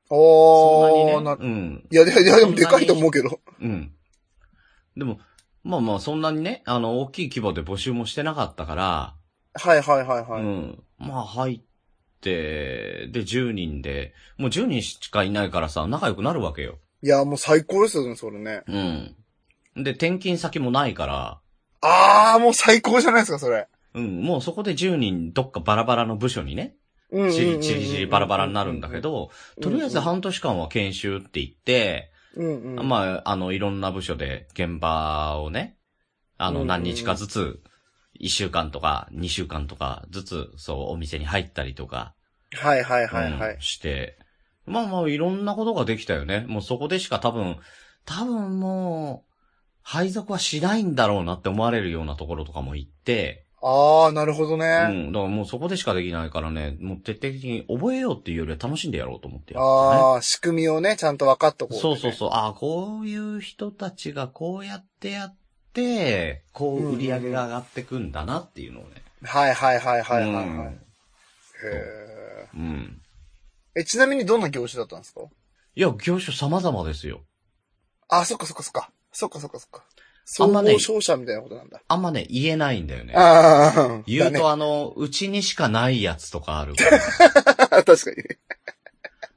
Speaker 1: おー、
Speaker 2: そんな
Speaker 1: な
Speaker 2: にね、うん、
Speaker 1: いや、いや、いや、でもでかいと思うけど。
Speaker 2: うん。でも、まあまあ、そんなにね、あの、大きい規模で募集もしてなかったから、
Speaker 1: はいはいはいは
Speaker 2: う
Speaker 1: い。
Speaker 2: ん。まあ入って、で、10人で、もう10人しかいないからさ、仲良くなるわけよ。
Speaker 1: いや、もう最高ですよね、それね。
Speaker 2: うん。で、転勤先もないから、
Speaker 1: あー、もう最高じゃないですか、それ。
Speaker 2: うん、もうそこで10人どっかバラバラの部署にね、
Speaker 1: うんうんうん
Speaker 2: チ
Speaker 1: うんう
Speaker 2: リ
Speaker 1: ん。
Speaker 2: チリチリバラバラになるんだけど、
Speaker 1: うん
Speaker 2: と
Speaker 1: うん、
Speaker 2: りあえず半年間は研修って言って、
Speaker 1: うんうん。あ、
Speaker 2: まあ、あの、いろんな部署で現場をね、あ
Speaker 1: うんう
Speaker 2: の、
Speaker 1: ん
Speaker 2: 何日かずつ、1週間とか2週間とかずつ、そう、お店に入ったりとか、
Speaker 1: はいはいはいは
Speaker 2: う
Speaker 1: い
Speaker 2: ん。して、まあまあいろんなことができたよね。もうそこでしか多分、多分もう、配属はしないんだろうなって思われるようなところとかも行って、
Speaker 1: あー、なるほど
Speaker 2: う
Speaker 1: ね。
Speaker 2: ん。だからもうそこでしかできないからね、もう徹底的に覚えようっていうよりは楽しんでやろうと思ってやったね。
Speaker 1: あー、仕組みをね、ちゃんと分かっとこう。
Speaker 2: そうそうそう。ああ、こういう人たちがこうやってやって、こう売り上げが上がってくんだなっていうのをね。
Speaker 1: はいはいはいはいはいはい。
Speaker 2: うん
Speaker 1: へえ。
Speaker 2: うん。
Speaker 1: え、ちなみにどんな業種だったんですか
Speaker 2: いや、業種様々ですよ。
Speaker 1: あ、そっかそっかそっか。そっかそっかそっか。
Speaker 2: あん
Speaker 1: 総
Speaker 2: まね
Speaker 1: 合商社みたいなことなんだ。
Speaker 2: あんまね、言えないんだよね。
Speaker 1: ああ、だ
Speaker 2: 言う
Speaker 1: ね、
Speaker 2: とあの、うちにしかないやつとかあるから。
Speaker 1: 確かにね。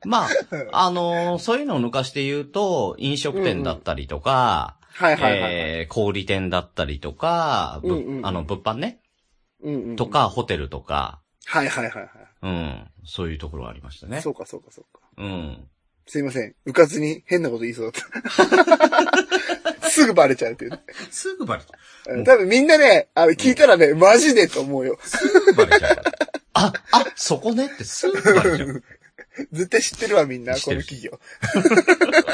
Speaker 2: まあ
Speaker 1: うん、
Speaker 2: あのーそういうのを抜かして言うと、飲食店だったりとか、
Speaker 1: はいはいはいはい。
Speaker 2: えー小売店だったりとか、ぶ
Speaker 1: うんうん
Speaker 2: あの、物販ね、
Speaker 1: うんうんうん
Speaker 2: と。か、ホテルとか、
Speaker 1: はいはいはいは
Speaker 2: うん、そういうところはありました
Speaker 1: い。
Speaker 2: ね
Speaker 1: そ。うかそうかそうか。
Speaker 2: うん。
Speaker 1: すいません。うかずに変なこと言いそうだった。 すぐバレちゃうっていうね。
Speaker 2: すぐバレちゃ
Speaker 1: うん多分みんなね、あの、聞いたらね、マジでと思うよ。
Speaker 2: う。すぐバレちゃう から。あ、あ、そこねってすぐバレちゃう。
Speaker 1: 絶対知ってるわ、みんな、
Speaker 2: 知っ
Speaker 1: こ
Speaker 2: て
Speaker 1: の
Speaker 2: る
Speaker 1: 企業。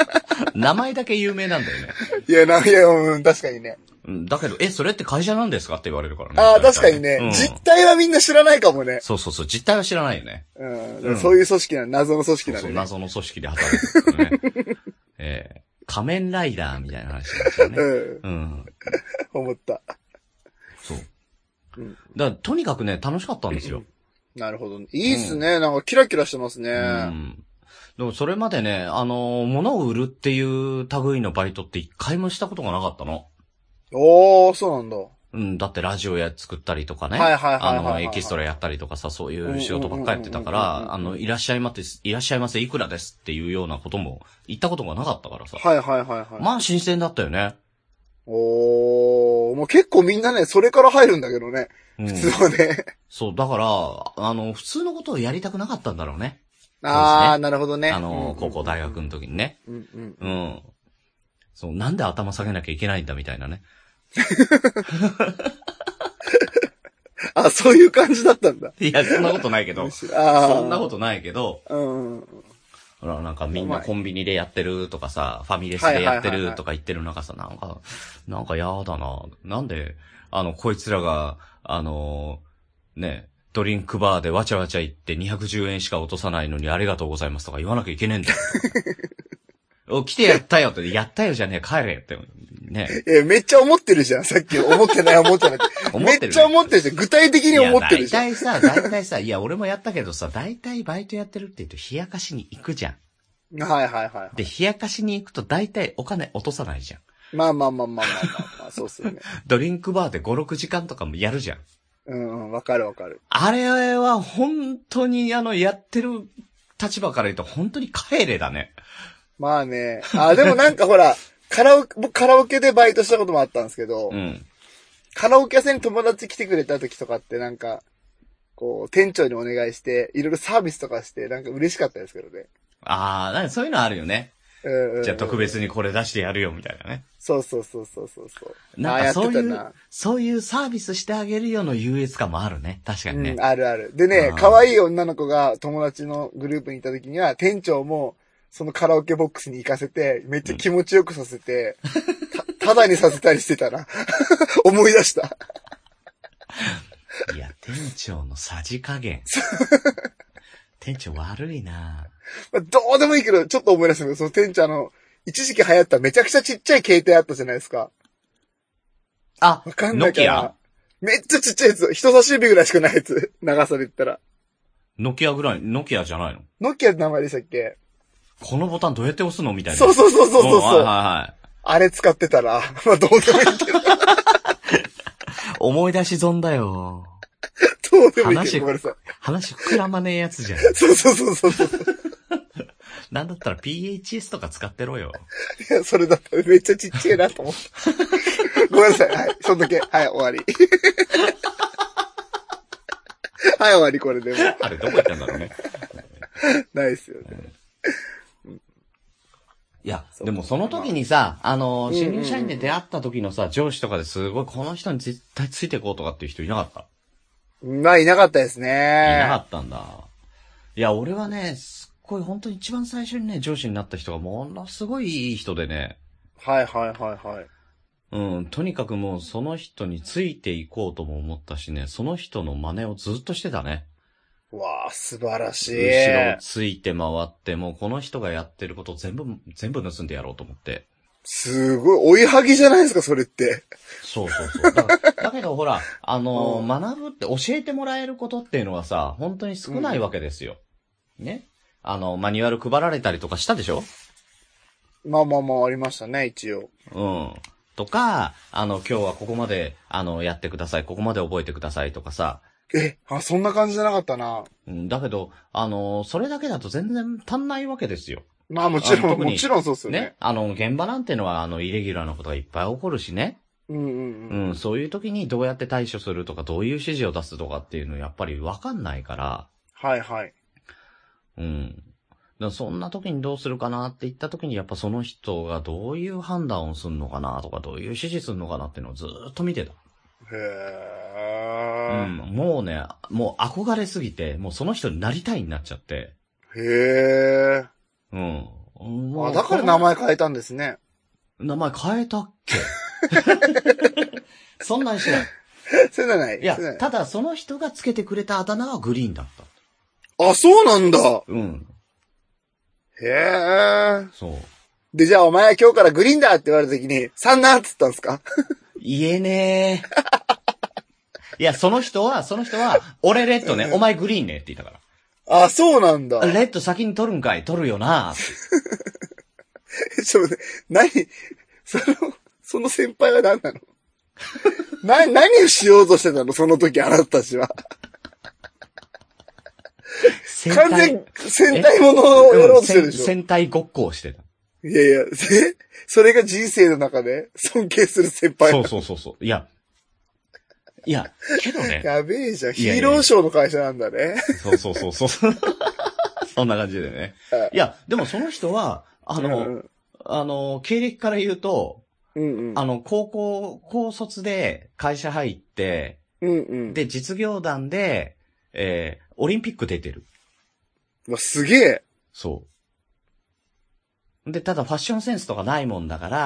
Speaker 2: 名前だけ有名なんだよね。
Speaker 1: いや、なんいや、うん、確かにね。
Speaker 2: うんだけど、え、それって会社なんですかって言われるからね。
Speaker 1: ああ、確かにね、
Speaker 2: うん
Speaker 1: 実態はみんな知らないかもね。
Speaker 2: そうそうそう、実態は知らないよね。
Speaker 1: うん。
Speaker 2: うん
Speaker 1: そういう組織なの、謎の組織な
Speaker 2: そ
Speaker 1: の
Speaker 2: う
Speaker 1: ね。
Speaker 2: 謎の組織で働いてるからね。ええ仮面ライダーみたいな話なんですよね。
Speaker 1: うん。
Speaker 2: うん。
Speaker 1: 思った。
Speaker 2: そう。
Speaker 1: うん
Speaker 2: だから、とにかくね、楽しかったんですよ。
Speaker 1: なるほど、ね。いいっすね。なんかキラキラしてますね。
Speaker 2: う
Speaker 1: あ
Speaker 2: ん。でも、それまでね、あのー物を売るっていう類のバイトって一回もしたことがなかったの。
Speaker 1: おー、そうなんだ。
Speaker 2: うん、だってラジオや作ったりとかね。
Speaker 1: はいはいはいはい
Speaker 2: あ
Speaker 1: はい
Speaker 2: の、エキストラやったりとかさ、そういう仕事ばっかりやってたか
Speaker 1: うんうんうんうんうんうん
Speaker 2: ら、あの、いらっしゃいませ、いらっしゃいませ、いくらですっていうようなことも言ったことがなかったからさ。
Speaker 1: はいはいはいはい。
Speaker 2: まあ、新鮮だったよね。
Speaker 1: おー、もう結構みんなね、それから入るんだけどね。
Speaker 2: うん
Speaker 1: 普通はね。
Speaker 2: そう、だから、あの、普通のことをやりたくなかったんだろうね。
Speaker 1: あー、なるほどね。
Speaker 2: あの、高校、大
Speaker 1: 学。
Speaker 2: 学の時にね。
Speaker 1: うんうん。
Speaker 2: うん。そう、なんで頭下げなきゃいけないんだみたいなね。
Speaker 1: あ、そういう感じだったんだ。
Speaker 2: いや、そんなことないけ
Speaker 1: あ
Speaker 2: ど。
Speaker 1: ー
Speaker 2: そんなことないけど、
Speaker 1: と。うんうん。
Speaker 2: ほら、なんかみん
Speaker 1: う
Speaker 2: な
Speaker 1: まい
Speaker 2: コンビニでやってるとかさ、ファミレスでやってるとか言ってる中さ、なんか、なんかやだな。なんで、あの、こいつらが、あの、ね、ドリンクバーでわちゃわちゃ行って210円しか落とさないのにありがとうございますとか言わなきゃいけねえん だよ。お、来てやったよって、やったよじゃねえ、帰れって。ね。
Speaker 1: え、めっちゃ思ってるじゃん、さっき。思ってない、思ってない。
Speaker 2: 思
Speaker 1: め
Speaker 2: ってる
Speaker 1: っちゃ思ってるじゃん。具体的に思ってるじゃん。
Speaker 2: いや、大体さ、大体さ、いや、俺もやったけどさ、大体バイトやってるって言うと、冷やかしに行くじゃん。
Speaker 1: はいはいは
Speaker 2: で、冷やかしに行くと大体お金落とさないじゃん。
Speaker 1: い。まあまあまあまあまあまあ、まあ、そうっすよね。
Speaker 2: ドリンクバーで5、6時間とかもやるじゃん。
Speaker 1: うんうん、わかるわかる。
Speaker 2: あれは本当にあの、やってる立場から言うと本当に帰れだね。
Speaker 1: まあね。あ、でもなんかほら、カラオケ、僕カラオケでバイトしたこともあったんですけど、
Speaker 2: うん。
Speaker 1: カラオケ屋さんに友達来てくれた時とかってなんか、こう、店長にお願いして、いろいろサービスとかして、なんか嬉しかったですけどね。
Speaker 2: ああ、なんかそういうのあるよね。
Speaker 1: うんうん。
Speaker 2: じゃあ特。別にこれ出してやるよみたいなね。
Speaker 1: そうそうそうそうそうそう。
Speaker 2: なんかそうい
Speaker 1: あやってた
Speaker 2: う、そういうサービスしてあげるよの優越感もあるね。確かにね
Speaker 1: うん、。あるある。でね
Speaker 2: うん、
Speaker 1: 可愛い女の子が友達のグループにいた時には、店長も、そのカラオケボックスに行かせて、めっちゃ気持ちよくさ せて、た、ただにさせたりしてたな。 思い出した。
Speaker 2: いや、店長のさじ加 減。店長悪いな
Speaker 1: まあどうでもいいけど、ちょっと思い出したけど、その店長あの、一時期流行っためちゃくちゃちっちゃい携帯あったじゃないですか。
Speaker 2: あ
Speaker 1: わか、んな
Speaker 2: ノ
Speaker 1: いか
Speaker 2: キ
Speaker 1: な
Speaker 2: ア。
Speaker 1: めっちゃちっちゃいやつ。人差し指ぐらいしかないやつ。長さで言ったら。
Speaker 2: ノキアぐらい、ノキアじゃないの
Speaker 1: ノキアって名前でしたっけ
Speaker 2: このボタンどうやって押すのみたいな。
Speaker 1: そうそうそうそうそ
Speaker 2: う
Speaker 1: う
Speaker 2: んはい
Speaker 1: そう。
Speaker 2: は
Speaker 1: あれ使ってたら、 まあどうでもいいけど、
Speaker 2: いはい。思い出し損だよ。
Speaker 1: どうでもいいけ
Speaker 2: 話
Speaker 1: ど、ごめんなさい。
Speaker 2: 話膨らまねえやつじゃん。
Speaker 1: そうそうそうそうそう。
Speaker 2: なんだったら PHS とか使ってろよ。
Speaker 1: いや、それだったらめっちゃちっちゃいなと思 った。ごめんなさい。はい。そんだけ。はい、終わり。 はい、終わり、これでもう。
Speaker 2: あれどこ行ったんだろうね。
Speaker 1: ないっすよね。
Speaker 2: いや、
Speaker 1: そう
Speaker 2: でもその時にさ、あの、
Speaker 1: うんうん
Speaker 2: 新入社員で出会った時のさ、上司とかですごいこの人に絶対ついていこうとかっていう人いなかった
Speaker 1: まあ、いなかったです
Speaker 2: いなか
Speaker 1: ね。
Speaker 2: ったんだ。いや、俺はね、すっごい本当に一番最初にね、上司になった人がものすごいいい人でね、
Speaker 1: はい、はい、はい、はい。
Speaker 2: うん、とにかくもうその人についていこうとも思ったしね、その人の真似をずっとしてたね。
Speaker 1: うわあ、素晴らしい。
Speaker 2: 後ろをついて回って、もうこの人がやってることを全部、全部盗んでやろうと思って。
Speaker 1: すごい、追いはぎじゃないですか、それって。
Speaker 2: そうそうそう。だからだけどほら、 あの
Speaker 1: うん
Speaker 2: ー、学ぶって教えてもらえることっていうのはさ、本当に少ないわけですよ。ね。あの、マニュアル配られたりとかしたでしょ
Speaker 1: まあまあまあ、ありましたね、一応。
Speaker 2: うん。とか、あの、今日はここまで、あの、やってください、ここまで覚えてくださいとかさ。
Speaker 1: え、あ、そんな感じじゃなかったな。
Speaker 2: うん、だけど、あの、それだけだと全然足んないわけですよ。
Speaker 1: まあもち
Speaker 2: あ
Speaker 1: ろん、
Speaker 2: 特に
Speaker 1: もちろんそうっすよね。
Speaker 2: ね。あの、現場なんてのは、あの、イレギュラーなことがいっぱい起こるしね。
Speaker 1: うんうんう。
Speaker 2: うんん、そういう時にどうやって対処するとか、どういう指示を出すとかっていうのやっぱりわかんないから、
Speaker 1: はいはい。
Speaker 2: うん。だからそんな時にどうするかなって言った時に、やっぱその人がどういう判断をするのかなとか、どういう指示するのかなっていうのをずーっと見てた。
Speaker 1: へ
Speaker 2: う
Speaker 1: え
Speaker 2: ん。、もうね、もう憧れすぎて、もうその人になりたいになっちゃって。
Speaker 1: へえ。
Speaker 2: うん。も
Speaker 1: あ、
Speaker 2: う
Speaker 1: だから名前変えたんですね。
Speaker 2: 名前変えたっ けそんなんしない。
Speaker 1: それじゃない。
Speaker 2: いや
Speaker 1: それじゃ、ない
Speaker 2: ただその人がつけてくれたあだ名はグリーンだった。
Speaker 1: あ、そうなんだ。
Speaker 2: うん。
Speaker 1: へえ。
Speaker 2: そう。
Speaker 1: で、じゃあお前は今日からグリーンだって言われた時に、サンナーって言ったんですか
Speaker 2: 言えねえ。いや、その人は、その人は、俺レッドね、お前グリーンねって言ったか
Speaker 1: あ、そうなんだ。
Speaker 2: ら。レッド先に取るんかい取るよなって
Speaker 1: ちょっと待って、何その、その先輩は何なの な、何をしようとしてたのその時あなたたちは。
Speaker 2: 戦
Speaker 1: 完全、戦隊ものをやろうとしてるでしょ
Speaker 2: 戦隊ごっこをしてた。
Speaker 1: いやいや、せそれが人生の中で尊敬する先輩。
Speaker 2: そうそうそうそう。いや。いや、けどね。
Speaker 1: やべえじゃん。
Speaker 2: い
Speaker 1: ヒ
Speaker 2: やいや
Speaker 1: ーローショーの会社なんだね。
Speaker 2: そうそうそう そう。そんな感じでね。いや、でもその人は、あ
Speaker 1: うんう
Speaker 2: の、
Speaker 1: ん
Speaker 2: あの、経歴から言うと、
Speaker 1: うん
Speaker 2: あの、高校、高卒で会社入って、
Speaker 1: うんうん。
Speaker 2: で、実業団で、えー、オリンピック出てる。
Speaker 1: うわ、すげえ。
Speaker 2: そう。で、ただファッションセンスとかないもんだから、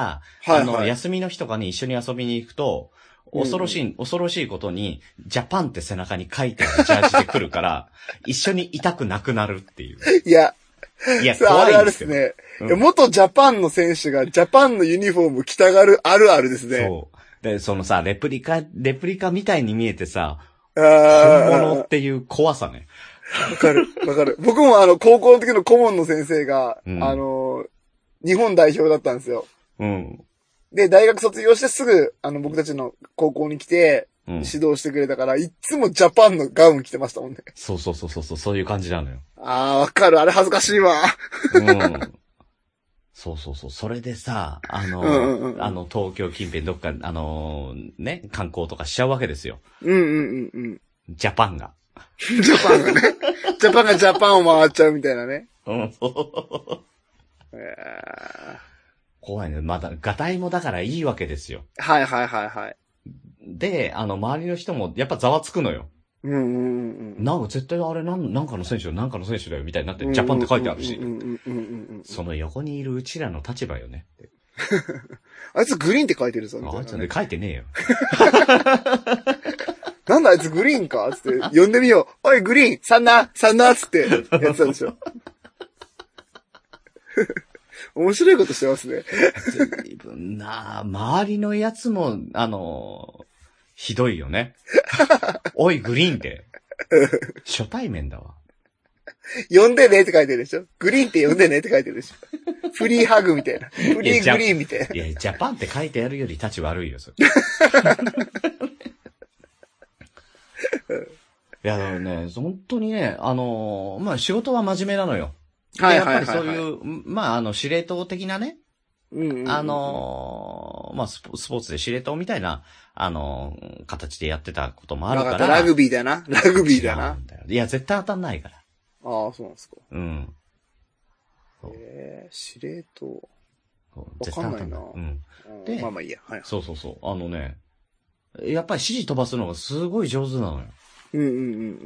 Speaker 1: はい
Speaker 2: あ
Speaker 1: は
Speaker 2: の、
Speaker 1: い。
Speaker 2: 休みの日とかに一緒に遊びに行くと、
Speaker 1: うん
Speaker 2: 恐ろしい、恐ろしいことに、ジャパンって背中に書いてあるジャージで来る から、一緒に痛くなくなるっていう。
Speaker 1: いや、
Speaker 2: いや、
Speaker 1: それあ
Speaker 2: 怖
Speaker 1: る
Speaker 2: い
Speaker 1: あ
Speaker 2: ん
Speaker 1: る
Speaker 2: で
Speaker 1: ですす
Speaker 2: よ。
Speaker 1: ね。
Speaker 2: うん
Speaker 1: いや元ジャパンの選手がジャパンのユニフォーム着たがるあるあるですね。
Speaker 2: そう。で、そのさ、レプリカ、レプリカみたいに見えてさ、
Speaker 1: あ
Speaker 2: 本
Speaker 1: ー
Speaker 2: 物っていう怖さね。
Speaker 1: わかる、わかる。僕もあの、高校の時の顧問の先生が、
Speaker 2: うん
Speaker 1: あの、日本代表だったんですよ。
Speaker 2: うん。
Speaker 1: で、大学卒業してすぐ、あの、僕たちの高校に来て、
Speaker 2: うん。
Speaker 1: 指導してくれたから、いっつもジャパンのガウン着てましたもんね。
Speaker 2: そうそうそうそうそう、そういう感じなのよ。
Speaker 1: あー、わかる。あれ恥ずかしいわ。
Speaker 2: うん。そうそうそう。それでさ、あの、
Speaker 1: うんうんうん
Speaker 2: あの、東京近辺どっか、あのね、観光とかしちゃうわけですよ。
Speaker 1: うんうんうんうん。
Speaker 2: ジャパンが。
Speaker 1: ジャパンがね。 ジャパンがジャパンを回っちゃうみたいなね。
Speaker 2: うん。
Speaker 1: えー
Speaker 2: 怖いね。まだ、ガタイもだからいいわけですよ。
Speaker 1: はいはいはいはい。
Speaker 2: で、あの、周りの人もやっぱざわつくのよ。
Speaker 1: うんうんうん
Speaker 2: なんか絶対あれなん、なんかの選手だよ、なんかの選手だよ、みたいになって、
Speaker 1: うん。
Speaker 2: ジャパンって書いてあるし
Speaker 1: う。んうんうんうんうんうん
Speaker 2: その横にいるうちらの立場よね。
Speaker 1: あいつグリーンって書いてるぞ、みた
Speaker 2: あ
Speaker 1: い
Speaker 2: い
Speaker 1: な
Speaker 2: つ
Speaker 1: ね
Speaker 2: ね、書いてねえよ。
Speaker 1: なんだあいつグリーンかつって、 呼んでみよう。おい、グリーン、サンナー、サンナーつって、やってたでしょ。 面白いことしてますね。
Speaker 2: 随分なあ周りのやつも、あの、ひどいよね。 おい、グリーンって。初対面だわ。
Speaker 1: 呼んでねって書いてるでしょ。グリーンって呼んでねって書いてるでしょ。フリーハグみたいな。フリーグリーンみたいな。
Speaker 2: いや、ジャパンって書いてあるより立ち悪いよ、それ。 いや、でもね、本当にね、あのまあ、仕事は真面目なのよ。で
Speaker 1: はいはいはいはい
Speaker 2: やっぱりそういう、まあ、あの、司令塔的なね、
Speaker 1: うんうんうん
Speaker 2: あ、のーまあスポ、スポーツで司令塔みたいな、あのー形でやってたこともある
Speaker 1: なん
Speaker 2: か。
Speaker 1: からラグビーだな。ラグビーだ
Speaker 2: 違う
Speaker 1: な。
Speaker 2: んよいや、絶対当たんないから。
Speaker 1: ああ、そうなんですか。
Speaker 2: うん。そう
Speaker 1: ええ司令塔。
Speaker 2: そう
Speaker 1: わ
Speaker 2: 絶
Speaker 1: か
Speaker 2: 対当
Speaker 1: んな
Speaker 2: た
Speaker 1: い
Speaker 2: ん
Speaker 1: な
Speaker 2: ない。うん。
Speaker 1: うん
Speaker 2: で
Speaker 1: まあまあいいや。はい。
Speaker 2: そうそうそう。あのね、やっぱり指示飛ばすのがすごい上手なのよ。
Speaker 1: うんうん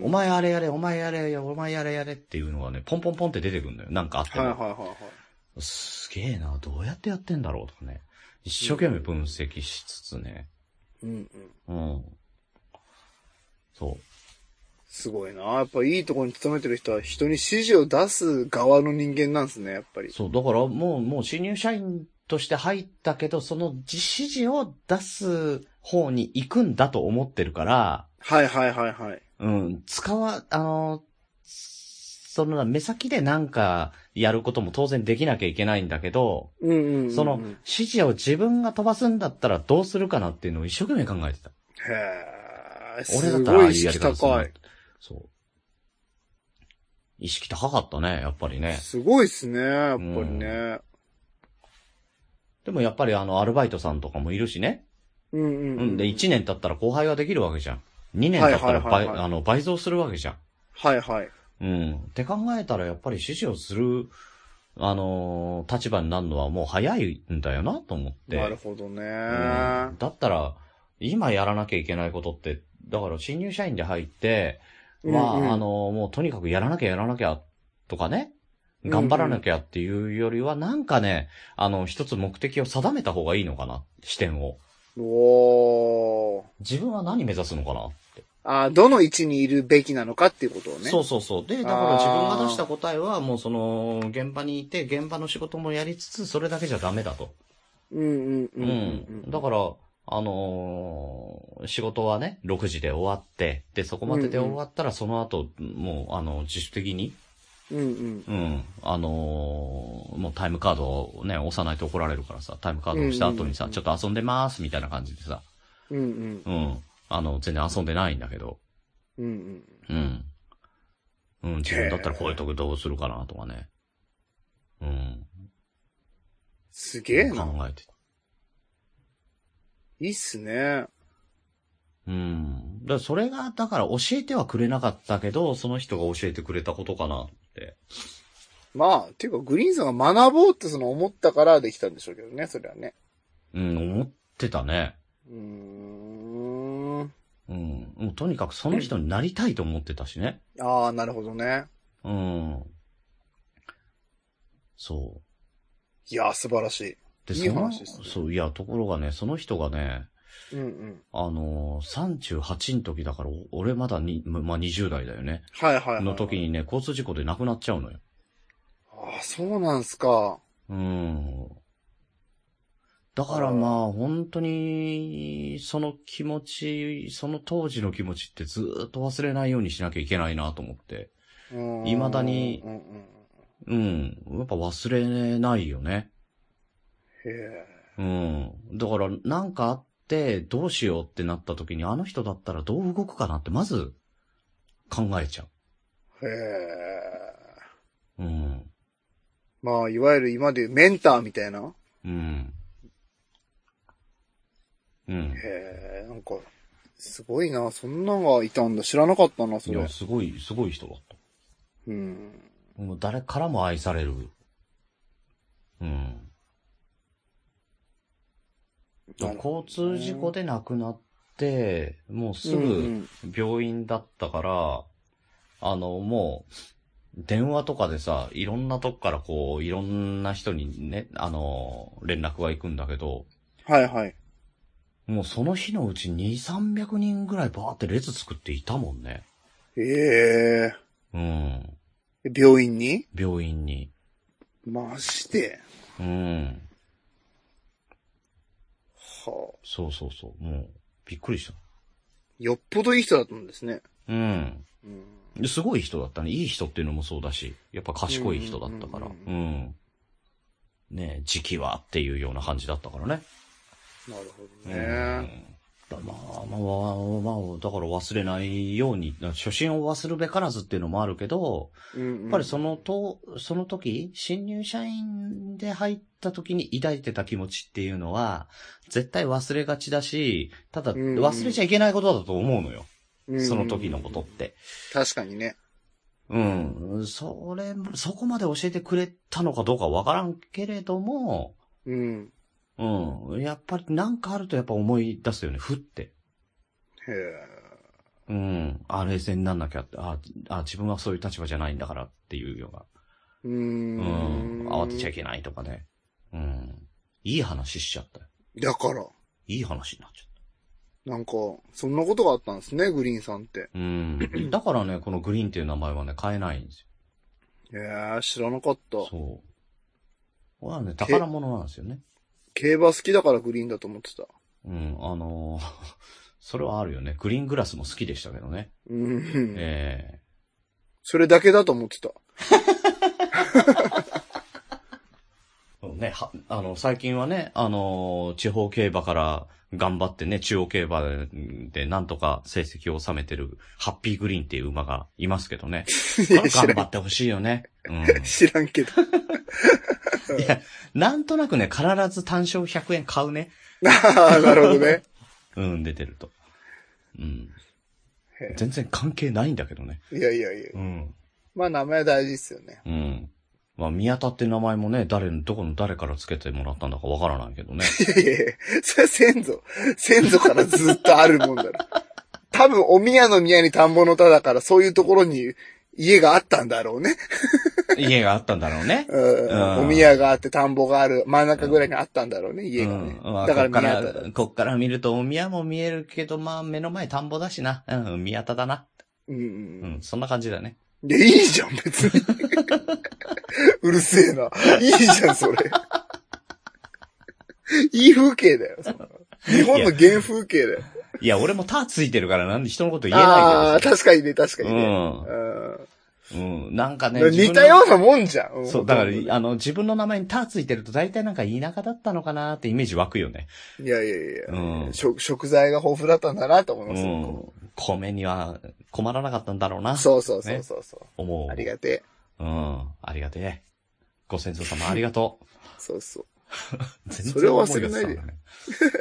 Speaker 1: う
Speaker 2: お
Speaker 1: ん。
Speaker 2: 前あれやれ、お前やれや、お前やれやれっていうのがね、ポンポンポンって出てくるのよ。なんかあって
Speaker 1: はい
Speaker 2: も。
Speaker 1: はいはいはい。
Speaker 2: すげえな、どうやってやってんだろうとかね。一生懸命分析しつつね。
Speaker 1: うんうん。
Speaker 2: うん。そう。
Speaker 1: すごいな。やっぱいいとこに勤めてる人は人に指示を出す側の人間なんですね、やっぱり。
Speaker 2: そう、だからもう、もう新入社員として入ったけど、その実指示を出す方に行くんだと思ってるから、
Speaker 1: はいはいはいはい。
Speaker 2: うん、使わ、あの、その目先でなんかやることも当然できなきゃいけないんだけど、
Speaker 1: うんうんうんうん。
Speaker 2: その
Speaker 1: へ
Speaker 2: 指示を自分が飛ばすんだったらどうするかなっていうのを一生懸命考えてた。
Speaker 1: え。
Speaker 2: 俺だ
Speaker 1: す
Speaker 2: ったらあ
Speaker 1: ご
Speaker 2: あ
Speaker 1: い意
Speaker 2: いうやり
Speaker 1: 識
Speaker 2: 方する
Speaker 1: 高。
Speaker 2: ないそう。意識高かったね、やっぱりね。
Speaker 1: すごいっすね、やっぱりね。
Speaker 2: でもやっぱりあの、アルバイトさんとかもいるしね。
Speaker 1: うんうん
Speaker 2: う、
Speaker 1: うんん。
Speaker 2: で、1年経ったら後輩ができるわけじゃん。2年経ったら倍、
Speaker 1: はいはいはいはい
Speaker 2: あの倍増するわけじゃ
Speaker 1: はいはい。
Speaker 2: ん。うん。って考えたら、やっぱり指示をする、あのー立場になるのはもう早いんだよなと思って。
Speaker 1: なるほどね。
Speaker 2: うんだったら、今やらなきゃいけないことって、だから新入社員で入って、まあ、
Speaker 1: うんうん
Speaker 2: あのーもうとにかくやらなきゃやらなきゃとかね、頑張らなきゃっていうよりは、なんかね、あの、一つ目的を定めた方がいいのかな、視点を。
Speaker 1: おー。
Speaker 2: 自分は何目指すのかなって。
Speaker 1: あーどの位置にいるべきなのかっていうことをね。
Speaker 2: そうそうそう。で、だから自分が出した答えは、もうその、現場にいて、現場の仕事もやりつつ、それだけじゃダメだと。
Speaker 1: うんうん
Speaker 2: う。
Speaker 1: うんんうん。
Speaker 2: だから、あのー仕事はね、6時で終わって、で、そこまでで終わったら、その後、もう、あの、自主的に、
Speaker 1: うんうん。
Speaker 2: うん、あのーもうタイムカードをね、押さないと怒られるからさ、タイムカードを押した後にさ、
Speaker 1: うんうん
Speaker 2: ちょっと遊んでます、みたいな感じでさ、
Speaker 1: うんうん。
Speaker 2: うん、あの、全然遊んでないんだけど、
Speaker 1: うんうん。
Speaker 2: うん。うん、自分だったらこういうとこどうするかなとかね。うん。
Speaker 1: すげえな。
Speaker 2: 考えて。
Speaker 1: いいっすね。
Speaker 2: うん。だからそれが、だから教えてはくれなかったけど、その人が教えてくれたことかなって。
Speaker 1: まあ、っていうか、グリーンさんが学ぼうってその思ったからできたんでしょうけどね、それはね。
Speaker 2: うん、思ってたね。
Speaker 1: うーん。
Speaker 2: うん。もうとにかくその人になりたいと思ってたしね。
Speaker 1: ああ、なるほどね。
Speaker 2: うん。そう。
Speaker 1: いやー、素晴らしい。
Speaker 2: で、
Speaker 1: いい
Speaker 2: その
Speaker 1: 話ですね
Speaker 2: そう、いや、ところがね、その人がね、
Speaker 1: うんうん。
Speaker 2: あのー、38の時だから、お俺まだに、ままあ、20代だよね。
Speaker 1: はいはい、はい。
Speaker 2: の時にね、交通事故で亡くなっちゃうのよ。
Speaker 1: ああ、そうなんすか。
Speaker 2: うん。だからまあ、本当に、その気持ち、その当時の気持ちってずーっと忘れないようにしなきゃいけないなと思って。
Speaker 1: うん
Speaker 2: 未だに
Speaker 1: うんうん。
Speaker 2: うん。やっぱ忘れないよね。
Speaker 1: へえ。
Speaker 2: うん。だから、なんかあって、どうしようってなった時に、あの人だったらどう動くかなって、まず、考えちゃ
Speaker 1: へえ。
Speaker 2: う。うん。
Speaker 1: まあ、いわゆる今でいうメンターみたいな。
Speaker 2: うん。うん。
Speaker 1: へえ、なんか、すごいな。そんなんがいたんだ。知らなかったな、そ
Speaker 2: い
Speaker 1: れ
Speaker 2: や、。すごい、すごい人だった。
Speaker 1: うん。
Speaker 2: もう誰からも愛される。うん。
Speaker 1: なるほ
Speaker 2: 交
Speaker 1: ど
Speaker 2: 通事故で亡くなって、もうす
Speaker 1: うん
Speaker 2: ぐ
Speaker 1: うん
Speaker 2: 病院だったから、あの、もう、電話とかでさ、いろんなとこからこう、いろんな人にね、あの、連絡が行くんだけど、
Speaker 1: はいはい。
Speaker 2: もうその日のうち2、300人ぐらいバーって列作っていたもんね。
Speaker 1: え
Speaker 2: うん。
Speaker 1: え病院に
Speaker 2: 病院に。
Speaker 1: まして。
Speaker 2: うん。
Speaker 1: はあ、
Speaker 2: そうそうそう。もう、びっくりした。
Speaker 1: よっぽどいい人だったんですね。
Speaker 2: うん。
Speaker 1: うん。
Speaker 2: すごい人だったね。いい人っていうのもそうだし、やっぱ賢い人だったから。
Speaker 1: う
Speaker 2: うんんねえ、時期はっていうような感じだったからね。
Speaker 1: なるほどね。
Speaker 2: うんだまあまあまあまあ、だから忘れないように、初心を忘るべからずっていうのもあるけど、
Speaker 1: うん。
Speaker 2: やっぱりそ
Speaker 1: の、
Speaker 2: のと、その時、新入社員で入った時に抱いてた気持ちっていうのは、絶対忘れがちだし、ただ
Speaker 1: うん
Speaker 2: 忘れちゃいけないことだと思うのよ。
Speaker 1: うん
Speaker 2: その時のことっ。て。
Speaker 1: 確かにね。
Speaker 2: うん。それ、そこまで教えてくれたのかどうかわからんけれども、
Speaker 1: うん。
Speaker 2: うん。やっぱりなんかあるとやっぱ思い出すよね。ふって。
Speaker 1: へ
Speaker 2: うん。あ、冷静になんなきゃって。あ、あ自分はそういう立場じゃないんだからっていうような。
Speaker 1: え。う
Speaker 2: うん
Speaker 1: ん。。
Speaker 2: 慌てちゃい
Speaker 1: け
Speaker 2: けないとかね。うん。いい話しちゃったよ。
Speaker 1: だから、
Speaker 2: いい話になっちゃっ
Speaker 1: なんか、そんなことがあったんですね、グリーンさんって。
Speaker 2: た。 うん。だからね、このグリーンっていう名前はね、変えないんです
Speaker 1: いやー、知らなかった。
Speaker 2: よ。そう。これはね、宝物なんですよね。
Speaker 1: 競馬好きだからグリーンだと思ってた。
Speaker 2: うん、あのー それはあるよね。グリーングラスも好きでしたけどね。
Speaker 1: うん。
Speaker 2: え
Speaker 1: それだけだと 思ってた。
Speaker 2: えね、は、あの、最近はね、あのー地方競馬から頑張ってね、中央競馬ででなんとか成績を収めてる、ハッピーグリーンっていう馬がいますけどね。
Speaker 1: いや、知
Speaker 2: 頑張
Speaker 1: らん
Speaker 2: っ。てほしいよね。 うん。
Speaker 1: 知らんけど。
Speaker 2: いや、なんとなくね、必ず単勝100円買うね。
Speaker 1: あーなるほどね。
Speaker 2: うん、出てると。うん
Speaker 1: へえ。
Speaker 2: 全然関係ないんだけどね。
Speaker 1: いやいやいや
Speaker 2: う。ん。
Speaker 1: まあ、名前は大事ですよね。
Speaker 2: うん。まあ、宮田って名前もね、誰の、どこの誰からつけてもらったんだかわからないけど ね。
Speaker 1: いやいやいや、それは先祖。先祖からずっとあるもんだろ。多分、お宮の宮に田んぼの田だから、そういうところに家があったんだろうね。
Speaker 2: 家があったんだろうね。
Speaker 1: うん。お宮があって、田んぼがある、真ん中ぐらいにあったんだろうね、家がね
Speaker 2: うん。まあ
Speaker 1: だから
Speaker 2: こっか
Speaker 1: 宮田だ
Speaker 2: ら、。こっから見るとお宮も見えるけど、まあ、目の前田んぼだしな。うん、宮田だな。
Speaker 1: うんうん
Speaker 2: う
Speaker 1: うん。
Speaker 2: ん、そんな感じだね。
Speaker 1: いや、いいじゃん、別に。うるせえな。いいじゃん、それ。いい風景だよ。そんな日本の原風景だよ。
Speaker 2: いや、俺もタついてるからなんで人のこと言え
Speaker 1: あ
Speaker 2: な
Speaker 1: あ
Speaker 2: い
Speaker 1: ー、
Speaker 2: けど
Speaker 1: 確かにね、確か
Speaker 2: さ。
Speaker 1: にね。うん
Speaker 2: うん。うん。なんかね。
Speaker 1: 似たようなもんじゃ
Speaker 2: 自分
Speaker 1: ん。ん
Speaker 2: のそう、だから、あの、自分の名前にタついてると大体なんか田舎だったのかなってイメージ湧くよね。
Speaker 1: いやいやいや、
Speaker 2: うん
Speaker 1: 食食材が豊富だったんだなと思いうますよ、
Speaker 2: ん。米には困らなかったんだろうな。
Speaker 1: そうそうそうそうそう、
Speaker 2: 思う。
Speaker 1: ありがて
Speaker 2: うん。ありがてえ。ご先祖様ありがとう。
Speaker 1: え。そうそう。
Speaker 2: 全然
Speaker 1: それは忘れない
Speaker 2: 思出
Speaker 1: で
Speaker 2: せたんだね。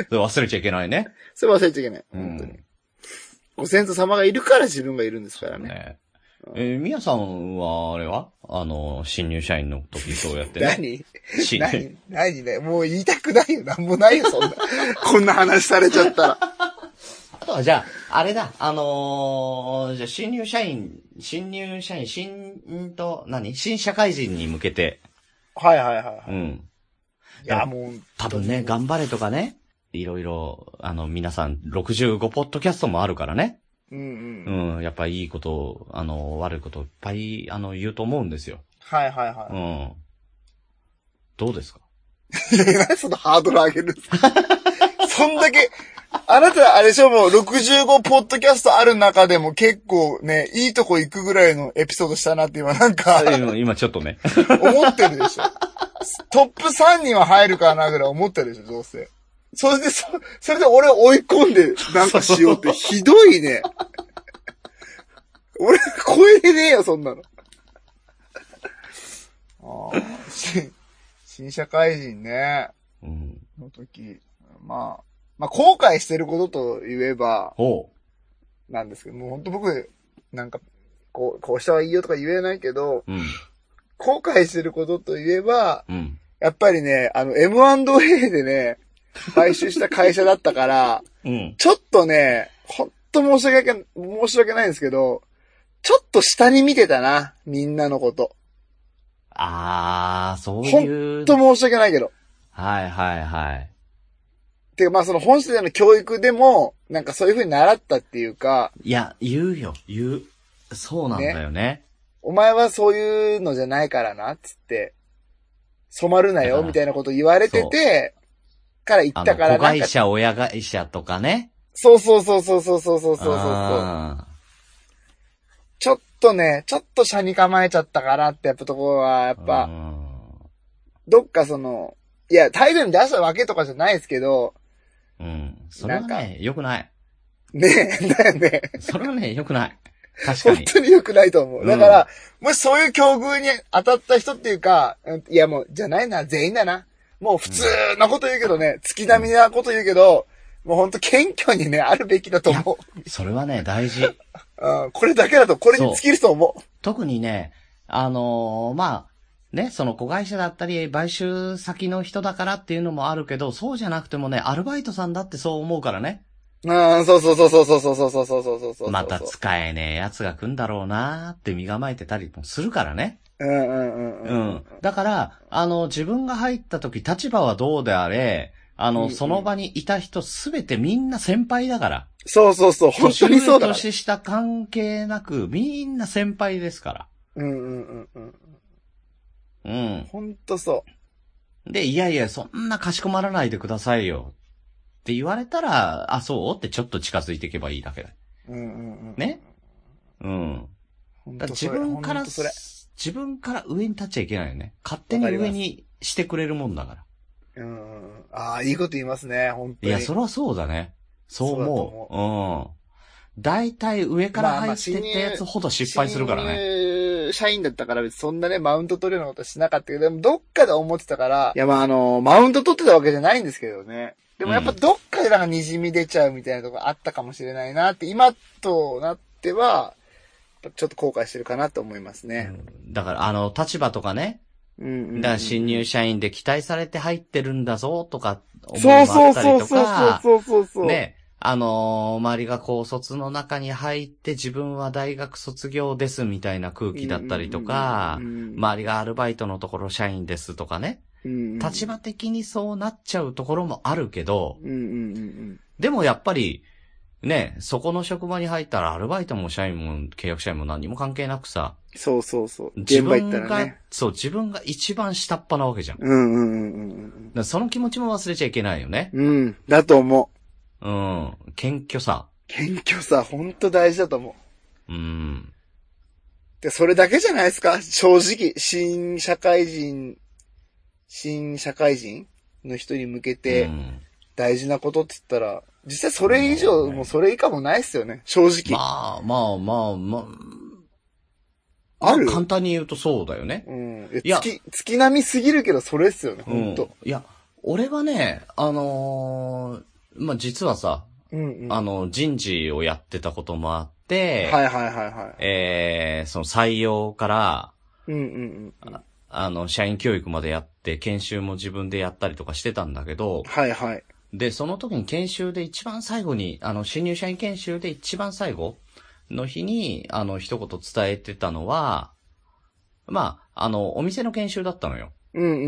Speaker 2: それ忘れちゃいけないね。
Speaker 1: それ忘れちゃいけない。
Speaker 2: う
Speaker 1: 本当に。
Speaker 2: ん。
Speaker 1: ご先祖様がいるから自分がいるんですからね。
Speaker 2: ねえー、みやさんは、あれはあの、新入社員の時そうや ってね。
Speaker 1: 何
Speaker 2: 新
Speaker 1: 何何ねもう言いたくないよ。なんもないよ、そんな。 こんな話されちゃったら。
Speaker 2: あとはじゃあ、あれだ、あのーじゃあ新入社員、新入社員、新、んーと、何新社会人に向けて、
Speaker 1: はいはいはいは
Speaker 2: うん。
Speaker 1: い。いや、もう、
Speaker 2: 多分ね、頑張れとかね、いろいろ、あの、皆さん、65ポッドキャストもあるからね。
Speaker 1: うんうん。
Speaker 2: うん、やっぱいいことを、あの、悪いことをいっぱい、あの、言うと思うんですよ。
Speaker 1: はいはいは
Speaker 2: うん。どうですか
Speaker 1: い。いやいや、 そのハードル上げるんですか そんだけ、あなたあれでしょ、もう65ポッドキャストある中でも結構ね、いいとこ行くぐらいのエピソードしたなって今なんか
Speaker 2: 今今ちょっとね。
Speaker 1: 思ってるでしょ。トップ3には入るかなぐらい思ってるでしょ、どうせ。それで、そ、それで俺を追い込んでなんかしようってひどいね。 俺超えれねえよ、そんなの。ああ、し新社会人ね、
Speaker 2: うん。
Speaker 1: の時。まあ、まあ後悔してることと言えば、
Speaker 2: ほ
Speaker 1: なんですけど、もう本当僕、なんか、こう、こうしたはいいよとか言えないけど、
Speaker 2: う。うん。
Speaker 1: 後悔してることと言えば、
Speaker 2: うん。
Speaker 1: やっぱりね、あの、M&A でね、買収した会社だったから、
Speaker 2: うん。
Speaker 1: ちょっとね、ほんと申し訳ない、申し訳ないんですけど、ちょっと下に見てたな、みんなのこと。
Speaker 2: あー、そういう。
Speaker 1: ほんと申し訳ないけど。
Speaker 2: はいはいはい。
Speaker 1: てか、まあその本社での教育でも、なんかそういう風に習ったっていうか、
Speaker 2: いや、言うよ、言う。そうなんだよね。
Speaker 1: お前はそういうのじゃないからな、つって、染まるな
Speaker 2: だか
Speaker 1: よ、
Speaker 2: ら
Speaker 1: みたいなこと言われてて、から言
Speaker 2: あ
Speaker 1: った
Speaker 2: の、
Speaker 1: から
Speaker 2: 子
Speaker 1: なん
Speaker 2: 会
Speaker 1: か、
Speaker 2: 社、親会社とかね。
Speaker 1: そうそうそうそうそうそうそうそうそう。
Speaker 2: あ
Speaker 1: ちょっとね、ちょっと車に構えちゃったかなってやっぱところは、や
Speaker 2: ー
Speaker 1: っぱ、
Speaker 2: うん
Speaker 1: どっかその、いや、態度に出したわけとかじゃないですけど、
Speaker 2: うん。それは
Speaker 1: なん
Speaker 2: ね、良くない。
Speaker 1: ねえ、だよね。
Speaker 2: それはね、良くない。確か
Speaker 1: 本
Speaker 2: に。
Speaker 1: 当に良くないと思
Speaker 2: う
Speaker 1: う。
Speaker 2: ん
Speaker 1: だから、もしそういう境遇に当たった人っていうか、うんいやもう、じゃないな、全員だな。もう普通なこと言うけどね、月並みなこと言うけど、もう本当謙虚にね、あるべきだと思う。
Speaker 2: それはね、大事。
Speaker 1: うん、これだけだと、これに尽きると思う。
Speaker 2: 特にね、あのーまあ、ね、その子会社だったり、買収先の人だからっていうのもあるけど、そうじゃなくてもね、アルバイトさんだってそう思うからね。
Speaker 1: うん、そうそうそうそうそうそうそうそうそうそうそうそう。
Speaker 2: また使えねえ奴が来んだろうなーって身構えてたりもするからね。
Speaker 1: うんうんうん
Speaker 2: う
Speaker 1: うん。
Speaker 2: ん。だから、あの、自分が入った時、立場はどうであれ、あ
Speaker 1: うんう
Speaker 2: の、
Speaker 1: ん
Speaker 2: その場にいた人すべてみんな先輩だから。
Speaker 1: そうそうそう、本当にそうだから。
Speaker 2: 年上年下関係なく、みんな先輩ですから。
Speaker 1: うんうんうんうん。
Speaker 2: うん。
Speaker 1: 本当そ
Speaker 2: で、いやいや、そんなかしこまらないでくださいよ。って言われたら、あ、そうってちょっと近づいていけばいいだけだ。
Speaker 1: う。うんうんうん。
Speaker 2: ねうん。
Speaker 1: ほん
Speaker 2: だから
Speaker 1: とそ
Speaker 2: 自
Speaker 1: れ。
Speaker 2: 分から、
Speaker 1: ほんとそれ。
Speaker 2: 自分から上に立っちゃいけないよね。勝手に上にしてくれるもんだから。
Speaker 1: うんうんうん。ああ、いいこと言いますね、本当
Speaker 2: い
Speaker 1: に。
Speaker 2: や、そりゃそうだね。そう思う。
Speaker 1: そ
Speaker 2: う
Speaker 1: う
Speaker 2: ん。大体上から
Speaker 1: まあま
Speaker 2: 入
Speaker 1: あ
Speaker 2: ってったやつほど失敗するからね。
Speaker 1: ね。社員だったから別にそんなね、マウント取るようなことはしなかったけど、でもどっかで思ってたから、いやまああの、マウント取ってたわけじゃないんですけどね。でもやっぱ
Speaker 2: うん
Speaker 1: どっかでなんか滲み出ちゃうみたいなとこあったかもしれないなって、今となっては、ちょっと後悔してるかなと思いますね。
Speaker 2: うんだから、あの、立場とかね。
Speaker 1: うんうん、うん。
Speaker 2: だから新入社員で期待されて入ってるんだぞ、とか、思いも
Speaker 1: そ
Speaker 2: あ
Speaker 1: うそ
Speaker 2: っ
Speaker 1: う
Speaker 2: たり
Speaker 1: そう
Speaker 2: と
Speaker 1: そう
Speaker 2: か、
Speaker 1: そうそうそう。。
Speaker 2: ね、あのー周りが高卒の中に入って自分は大学卒業ですみたいな空気だったりとか
Speaker 1: うん、うんうんうん、
Speaker 2: 周りがアルバイトのところ社員ですとかね、立場的にそうなっちゃうところもあるけど、
Speaker 1: うんうんうんうん。
Speaker 2: でもやっぱり、ね、そこの職場に入ったらアルバイトも社員も契約社員も何も関係なくさ、
Speaker 1: そうそうそう。
Speaker 2: 自
Speaker 1: 現場
Speaker 2: 分
Speaker 1: 行った
Speaker 2: が、
Speaker 1: らね。
Speaker 2: そう、自分が一番下っ端なわけじゃん。だか
Speaker 1: うんうんうんうん
Speaker 2: らその気持ちも忘れちゃいけないよね。
Speaker 1: うん。うん。だと思う。
Speaker 2: うん。謙虚さ。
Speaker 1: 謙虚さ、ほんと大事だと思う。
Speaker 2: うん。
Speaker 1: で、それだけじゃないですか正直、新社会人、新社会人の人に向け
Speaker 2: う
Speaker 1: て
Speaker 2: ん
Speaker 1: 大事なことって言ったら、実際それ以上、
Speaker 2: うん
Speaker 1: もうそれ以下もないっすよね。正直。
Speaker 2: まあ、まあ、まあ、まあ、
Speaker 1: ある
Speaker 2: ま簡単に言うとそうだよね。
Speaker 1: うん。
Speaker 2: い
Speaker 1: い
Speaker 2: や
Speaker 1: や、月、月並みすぎるけど、それっすよね、ほ
Speaker 2: うん
Speaker 1: んと。
Speaker 2: いや、俺はね、あのーまあ実はさ、
Speaker 1: うんうん。
Speaker 2: あ
Speaker 1: はい
Speaker 2: の、人事をやってたこともあって、
Speaker 1: はいはいは
Speaker 2: えー、その採用から、
Speaker 1: い。うんうんうん。
Speaker 2: あの、社員教育までやって、研修も自分でやったりとかしてたんだけど、
Speaker 1: はいはい。
Speaker 2: で、その時に研修で一番最後に、あの、新入社員研修で一番最後の日に、あの、一言伝えてたのは、まあ、あの、お店の研修だったのよ。
Speaker 1: うんうんうんう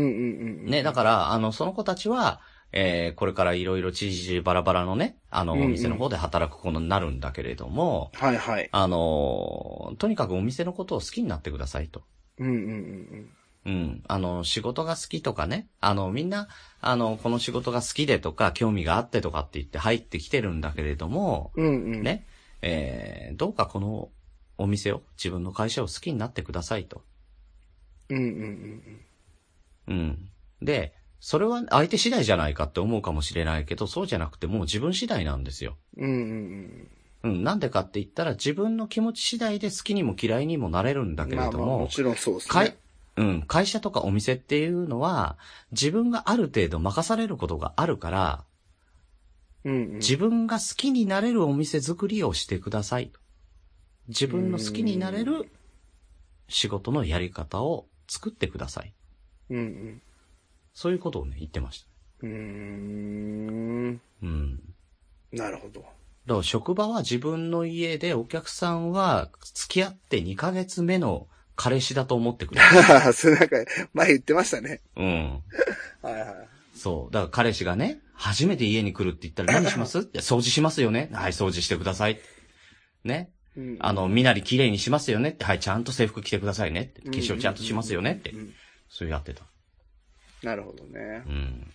Speaker 1: ん。
Speaker 2: ね、だから、あの、その子たちは、えーこれからいろいろちりちりバラバラのね、あの、
Speaker 1: うんうん
Speaker 2: お店の方で働くことになるんだけれども、
Speaker 1: はいはい。
Speaker 2: あのーとにかくお店のことを好きになってくださいと。
Speaker 1: うんうんうん
Speaker 2: うん。あの、仕事が好きとかね。あの、みんな、あの、この仕事が好きでとか、興味があってとかって言って入ってきてるんだけれども、
Speaker 1: うん。うんうん。。
Speaker 2: ね。えー、どうかこのお店を、自分の会社を好きになってくださいと。
Speaker 1: うんうんう
Speaker 2: う
Speaker 1: ん
Speaker 2: ん。で、それは相手次第じゃないかって思うかもしれないけど、そうじゃなくてもう自分次第なんですよ。
Speaker 1: うん。うんうん
Speaker 2: うん。なんでかって言ったら自分の気持ち次第で好きにも嫌いにもなれるんだ
Speaker 1: う
Speaker 2: け
Speaker 1: ん。
Speaker 2: れ
Speaker 1: まあ
Speaker 2: ど
Speaker 1: まあ、も
Speaker 2: も、
Speaker 1: ちろんそうです
Speaker 2: 会
Speaker 1: ね。、
Speaker 2: うん、会社とかお店っていうのは、自分がある程度任されることがあるから、
Speaker 1: うんうん。
Speaker 2: 自分が好きになれるお店作りをしてくださいと。自分の好きになれる仕事のやり方を作ってください。
Speaker 1: うん
Speaker 2: そういうことをね、言ってました。
Speaker 1: うん。うーん。
Speaker 2: うん。
Speaker 1: なるほど。
Speaker 2: だから職場は自分の家でお客さんは付き合って2ヶ月目の彼氏だと思ってくれ る。
Speaker 1: それなんか、前言ってましたね。
Speaker 2: うん。
Speaker 1: はいはい。
Speaker 2: そう。だから彼氏がね、初めて家に来るって言ったら何しますいや掃除しますよね。はい、掃除してください。ね。
Speaker 1: うん
Speaker 2: あの、身なり綺麗にしますよねって。はい、ちゃんと制服着てくださいねって。化粧ちゃんとしますよねって
Speaker 1: うんう。ん
Speaker 2: そうやってた。
Speaker 1: なるほどね
Speaker 2: う。ん。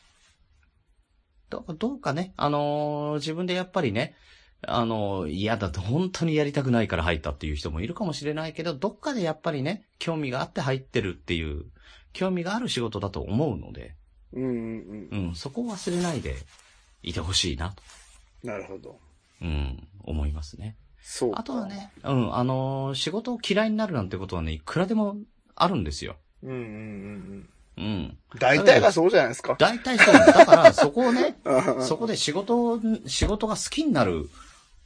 Speaker 2: どどうかね、あのー自分でやっぱりね、あのー嫌だと本当にやりたくないから入ったっていう人もいるかもしれないけど、どっかでやっぱりね、興味があって入ってるっていう、興味がある仕事だと思うので、
Speaker 1: うんうん
Speaker 2: うん、そこを忘れないでいてほしいなと、
Speaker 1: うん。なるほど。
Speaker 2: うん、思いますね。
Speaker 1: そうか
Speaker 2: あとは。ね、うん、あのー仕事を嫌いになるなんてことはね、いくらでもあるんですよ。
Speaker 1: うんうんう
Speaker 2: う
Speaker 1: ん
Speaker 2: ん。
Speaker 1: うん。大体がそうじゃないですか。
Speaker 2: 大体そうなんですだから、そこをね、
Speaker 1: うん
Speaker 2: そこで仕事を、仕事が好きになる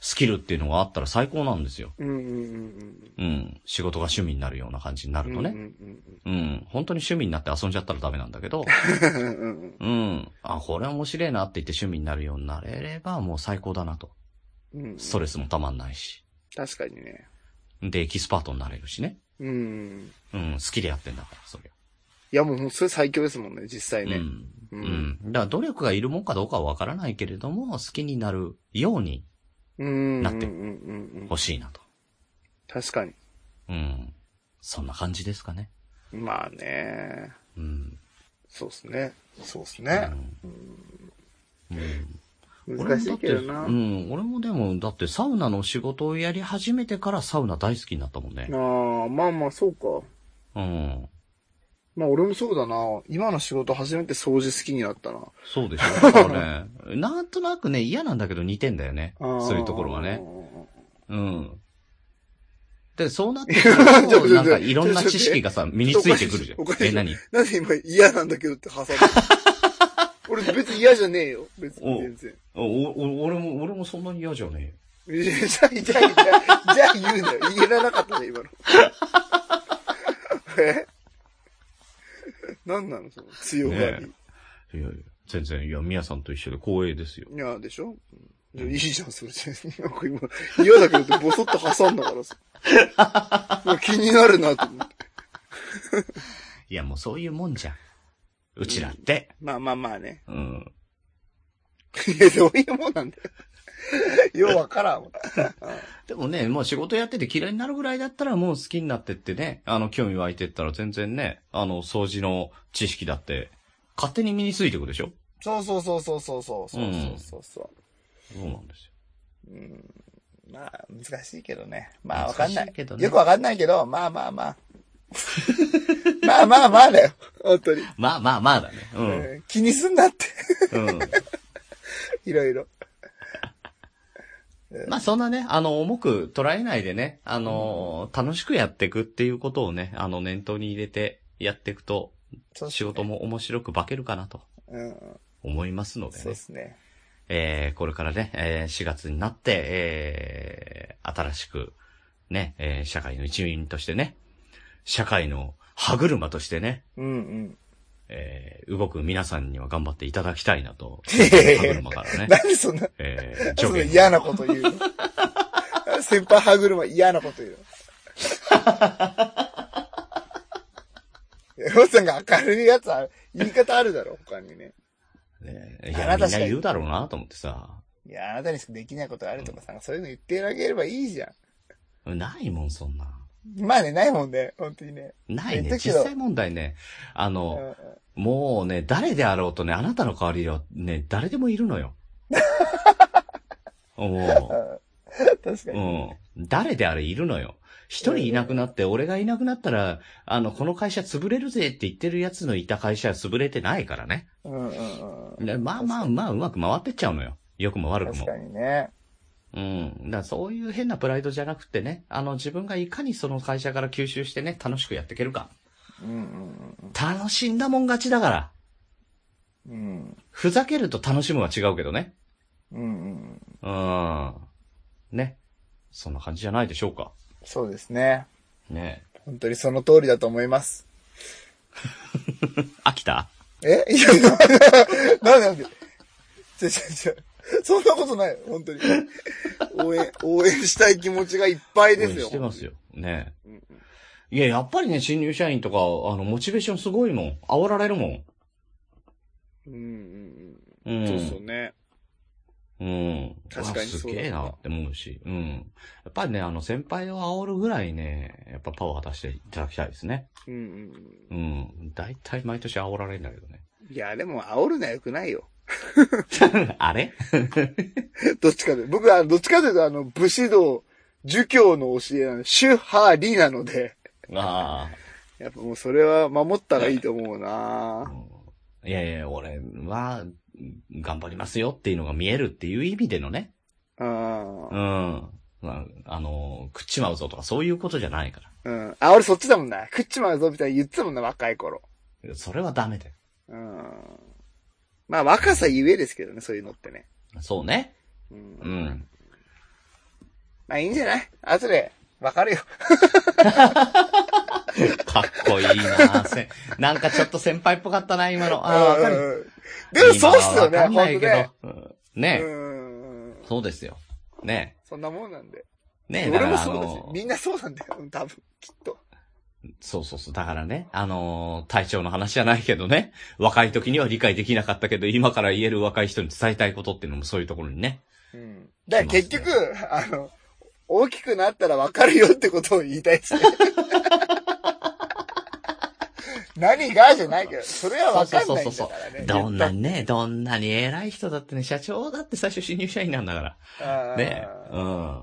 Speaker 2: スキルっていうのがあったら最高なんですよ。
Speaker 1: うんうんうん
Speaker 2: うん。仕事が趣味になるような感じにな
Speaker 1: う
Speaker 2: る
Speaker 1: ん。
Speaker 2: と
Speaker 1: うん
Speaker 2: ね。うん、本当に趣味になって遊んじゃったらダメなんだけ ど、
Speaker 1: うんうんうん
Speaker 2: うん。あ、これ面白いなって言って趣味になるようになれればもう最高だなと。
Speaker 1: うんうん。
Speaker 2: ストレスもたまんないし。
Speaker 1: 確かにね。
Speaker 2: で、エキスパートになれるしね。
Speaker 1: うん。
Speaker 2: うん。好きでやってんだから、そり
Speaker 1: いやもうそれ最強ですもんね、実際
Speaker 2: ゃ。
Speaker 1: ね。
Speaker 2: うん。う
Speaker 1: うん
Speaker 2: ん。だから努力がいるもんかどうかはわからないけれども、好きになるように
Speaker 1: うん。
Speaker 2: なって
Speaker 1: うんうんうん。
Speaker 2: 欲しいなと。
Speaker 1: 確かに。
Speaker 2: うん。そんな感じですかね。
Speaker 1: まあね。
Speaker 2: うん。
Speaker 1: そうっすね。そうっすね。
Speaker 2: うん
Speaker 1: 難しいけどな。
Speaker 2: 俺もだってうん、俺もでも、だってサウナの仕事をやり始めてからサウナ大好きになったもんね。
Speaker 1: ああ、まあまあ、そうか。
Speaker 2: うん。
Speaker 1: まあ俺もそうだな。今の仕事初めて掃除好きになったな。
Speaker 2: そうでしょ。だ からね、なんとなくね、嫌なんだけど似てんだよね。
Speaker 1: あー
Speaker 2: そういうところはね。。うん。で、そうなってく
Speaker 1: や ちょ
Speaker 2: る
Speaker 1: っと
Speaker 2: と、なんかいろんな知識がさ、身についてくるじゃん
Speaker 1: おか。しい
Speaker 2: え、何
Speaker 1: なんで今嫌なんだけどっ て挟んだ俺別に嫌じゃねえよ。別に全然。
Speaker 2: おお俺も、俺もそんなに嫌じゃねえよ。
Speaker 1: じゃあ、じゃあ、じゃあ言うなよ。言えなかったね、今の。えなんなのその強がり
Speaker 2: ね。いやいや、全然、いや、宮さんと一緒で光栄ですよ。
Speaker 1: いや、でしょいやいいじゃん、それで。なんか今、嫌だけどってボソッと挟んだからさ。もう 気になるなと思って。
Speaker 2: いや、もうそういうもんじゃん。うちらって。
Speaker 1: まあまあまあね。
Speaker 2: うん
Speaker 1: いや、どういうもんなんだよ。ようわからんわ。
Speaker 2: でもね、もう仕事やってて嫌いになるぐらいだったらもう好きになってってね、あの、興味湧いてったら全然ね、あの、掃除の知識だって、勝手に身についてくでしょ
Speaker 1: そうそうそうそうそうそうそうそうそう。
Speaker 2: そうなんですよ。
Speaker 1: まあ、難しいけどね。まあ、わ
Speaker 2: 難
Speaker 1: か
Speaker 2: し
Speaker 1: ん
Speaker 2: い
Speaker 1: ない。
Speaker 2: けどね
Speaker 1: よくわかんないけど、まあまあまあ。まあまあまあだよ。本当に。
Speaker 2: まあまあまあだね。うん。
Speaker 1: うん気にすんなって。
Speaker 2: うん。
Speaker 1: いろいろ。
Speaker 2: まあそんなね、あの、重く捉えないでね、あの、楽しくやっていくっていうことをね、あの、念頭に入れてやっていくと、
Speaker 1: そうっすね
Speaker 2: 仕事も面白く化けるかなと
Speaker 1: うん。
Speaker 2: 思いますので
Speaker 1: そう
Speaker 2: ね
Speaker 1: で。すね。
Speaker 2: えー、これからね、えー4月になって、えー、新しく、ね、えー社会の一員としてね、社会の歯車としてね、
Speaker 1: うんうん。
Speaker 2: えー動く皆さんには頑張っていただきたいな と、
Speaker 1: いやいや
Speaker 2: 歯車からね、
Speaker 1: なんでそんな、
Speaker 2: えー、
Speaker 1: そんな
Speaker 2: 助言
Speaker 1: 嫌なこと言うの 先輩歯車嫌なこと言 うの。いや、おっさんが明るいやつは、言い方あるだろ、他にね。
Speaker 2: ねい
Speaker 1: あ
Speaker 2: や、
Speaker 1: な
Speaker 2: み
Speaker 1: た
Speaker 2: ん
Speaker 1: しか
Speaker 2: な言うだろうなと思ってさ。
Speaker 1: いや、あなたにしかできないことあるとかさ、そういうの言ってあげればいいじゃ
Speaker 2: ないもん、そんな。
Speaker 1: ん。まあね、ないもんね、本当にね。
Speaker 2: ない
Speaker 1: だ
Speaker 2: ね。
Speaker 1: け
Speaker 2: 実
Speaker 1: ど
Speaker 2: 際問題ね。あ
Speaker 1: うん
Speaker 2: の、
Speaker 1: うん
Speaker 2: もうね、誰であろうとね、あなたの代わりはね、誰でもいるの よ。も
Speaker 1: 確か
Speaker 2: う、
Speaker 1: に。
Speaker 2: うん。誰であれいるのよ。一人いなくなって、俺がいなくなったら、あの、この会社潰れるぜって言ってるやつのいた会社は潰れてないからね。
Speaker 1: うんうんうん。
Speaker 2: でまあまあまあ、うまく回ってっちゃうのよ。良くも悪く
Speaker 1: 確
Speaker 2: も
Speaker 1: か。にね。
Speaker 2: うん。だからそういう変なプライドじゃなくてね、あの、自分がいかにその会社から吸収してね、楽しくやっていけるか。
Speaker 1: うんうん
Speaker 2: 楽しんだもん勝ちだから。
Speaker 1: うん。うん。
Speaker 2: ふざけると楽しむは違うけどね。
Speaker 1: うんうん。
Speaker 2: うん。ね。そんな感じじゃないでしょうか。
Speaker 1: そうですね。
Speaker 2: ね
Speaker 1: 本当にその通りだと思います。
Speaker 2: え。飽きた
Speaker 1: え いや、なんでなんで。ちょちょちょ。そんなことない。本当に。応援、応援したい気持ちがいっぱい
Speaker 2: 応援
Speaker 1: ですよ。
Speaker 2: してますよ。ね
Speaker 1: うんうん
Speaker 2: え。いや、やっぱりね、新入社員とか、あの、モチベーションすごいもん。煽られるもん。
Speaker 1: うんうん
Speaker 2: う。
Speaker 1: うんん。そうそうね。
Speaker 2: うん。
Speaker 1: 確かにそうだ
Speaker 2: うわすげえなって思うし。うん。やっぱりね、あの、先輩を煽るぐらいね、やっぱパワー出していただきたいですね。
Speaker 1: うんうんうん。
Speaker 2: うん。大体毎年煽られるんだけどね。
Speaker 1: いや、でも、煽るのは良くないよ。
Speaker 2: あれ
Speaker 1: どっちかで。僕は、どっちかというと、あの、武士道、儒教の教えなの、主派理なので、
Speaker 2: あ
Speaker 1: やっぱもうそれは守ったらいいと思うな
Speaker 2: あ。いやいや、俺は、頑張りますよっていうのが見えるっていう意味でのね。
Speaker 1: うん
Speaker 2: うん。。まあ、あの、食っちまうぞとかそういうことじゃないか
Speaker 1: うん。あ、俺そっちだもんな。食っちまうぞみたいに言ってたもんな、若い頃。
Speaker 2: ら。それはダメだよ。
Speaker 1: うん。まあ、若さゆえですけどね、そういうのってね。
Speaker 2: そうね。
Speaker 1: う。
Speaker 2: うんん。
Speaker 1: まあ、いいんじゃない後で、わかるよ。
Speaker 2: かっこいいなせ なんかちょっと先輩っぽかったな、今の。ああ、わかる。
Speaker 1: うんでも、そうっすよね、
Speaker 2: 今はわかんない
Speaker 1: 本
Speaker 2: け
Speaker 1: 当ね。
Speaker 2: ど。うんね
Speaker 1: う、ん。
Speaker 2: そうですよ。ね
Speaker 1: そんなもんなんで。
Speaker 2: ねだか
Speaker 1: 俺も
Speaker 2: らあ
Speaker 1: そうだし、
Speaker 2: の
Speaker 1: みんなそうなんだよ、多分、きっと。
Speaker 2: そうそうそう。だからね、あのー体調の話じゃないけどね、 若い時には理解できなかったけど、今から言える若い人に伝えたいことっていうのもそういうところにね。
Speaker 1: うん。だから結局、あの、大きくなったらわかるよってことを言いたいですね。 何がじゃないけど、それはわかんないんだからね。
Speaker 2: どんなにね、どんなに偉い人だってね、社長だって最初新入社員なんだか
Speaker 1: あ
Speaker 2: ら。
Speaker 1: ー
Speaker 2: ねうん。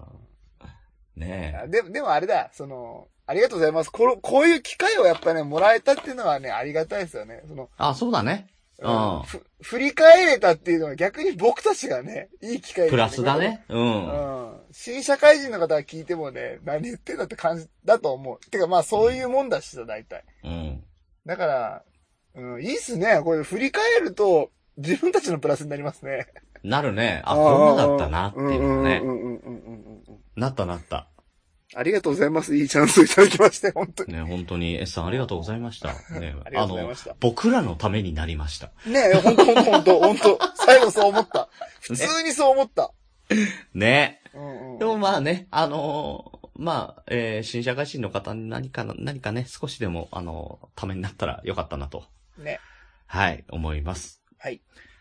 Speaker 2: ね
Speaker 1: でも、でもあれだ、その、ありがとうございます。このこういう機会をやっぱね、もらえたっていうのはね、ありがたいですよね。その、
Speaker 2: あ、そうだね。うん。
Speaker 1: ふ振り返れたっていうのは逆に僕たちがね、いい機会
Speaker 2: プラスだね。う。
Speaker 1: うんん。新社会人の方が聞いてもね、何言ってんだって感じだと思う。てかまあそういうもんだしさ、大体。
Speaker 2: うん。
Speaker 1: だから、うん、いいっすね。これ振り返ると、自分たちのプラスになりますね。
Speaker 2: なるね。あ、こんなだったなっていうのね
Speaker 1: う。んうんうんうんうんうん。
Speaker 2: なったなった。
Speaker 1: ありがとうございます。いいチャンスをいただきまして、本当に。
Speaker 2: ね、本当に、S さんありがとうございました。ね
Speaker 1: 、ありがとうございました
Speaker 2: あの僕らのためになりました。
Speaker 1: ねえ、ほんとほんとほんと、ほんと。最後そう思った。普通にそう思った。
Speaker 2: ね。
Speaker 1: うんうん。
Speaker 2: でもまあね、あのーまあ、えー新社会人の方に何かな、何かね、少しでも、あのーためになったらよかったなと、
Speaker 1: ね。
Speaker 2: はい、思います。
Speaker 1: はい。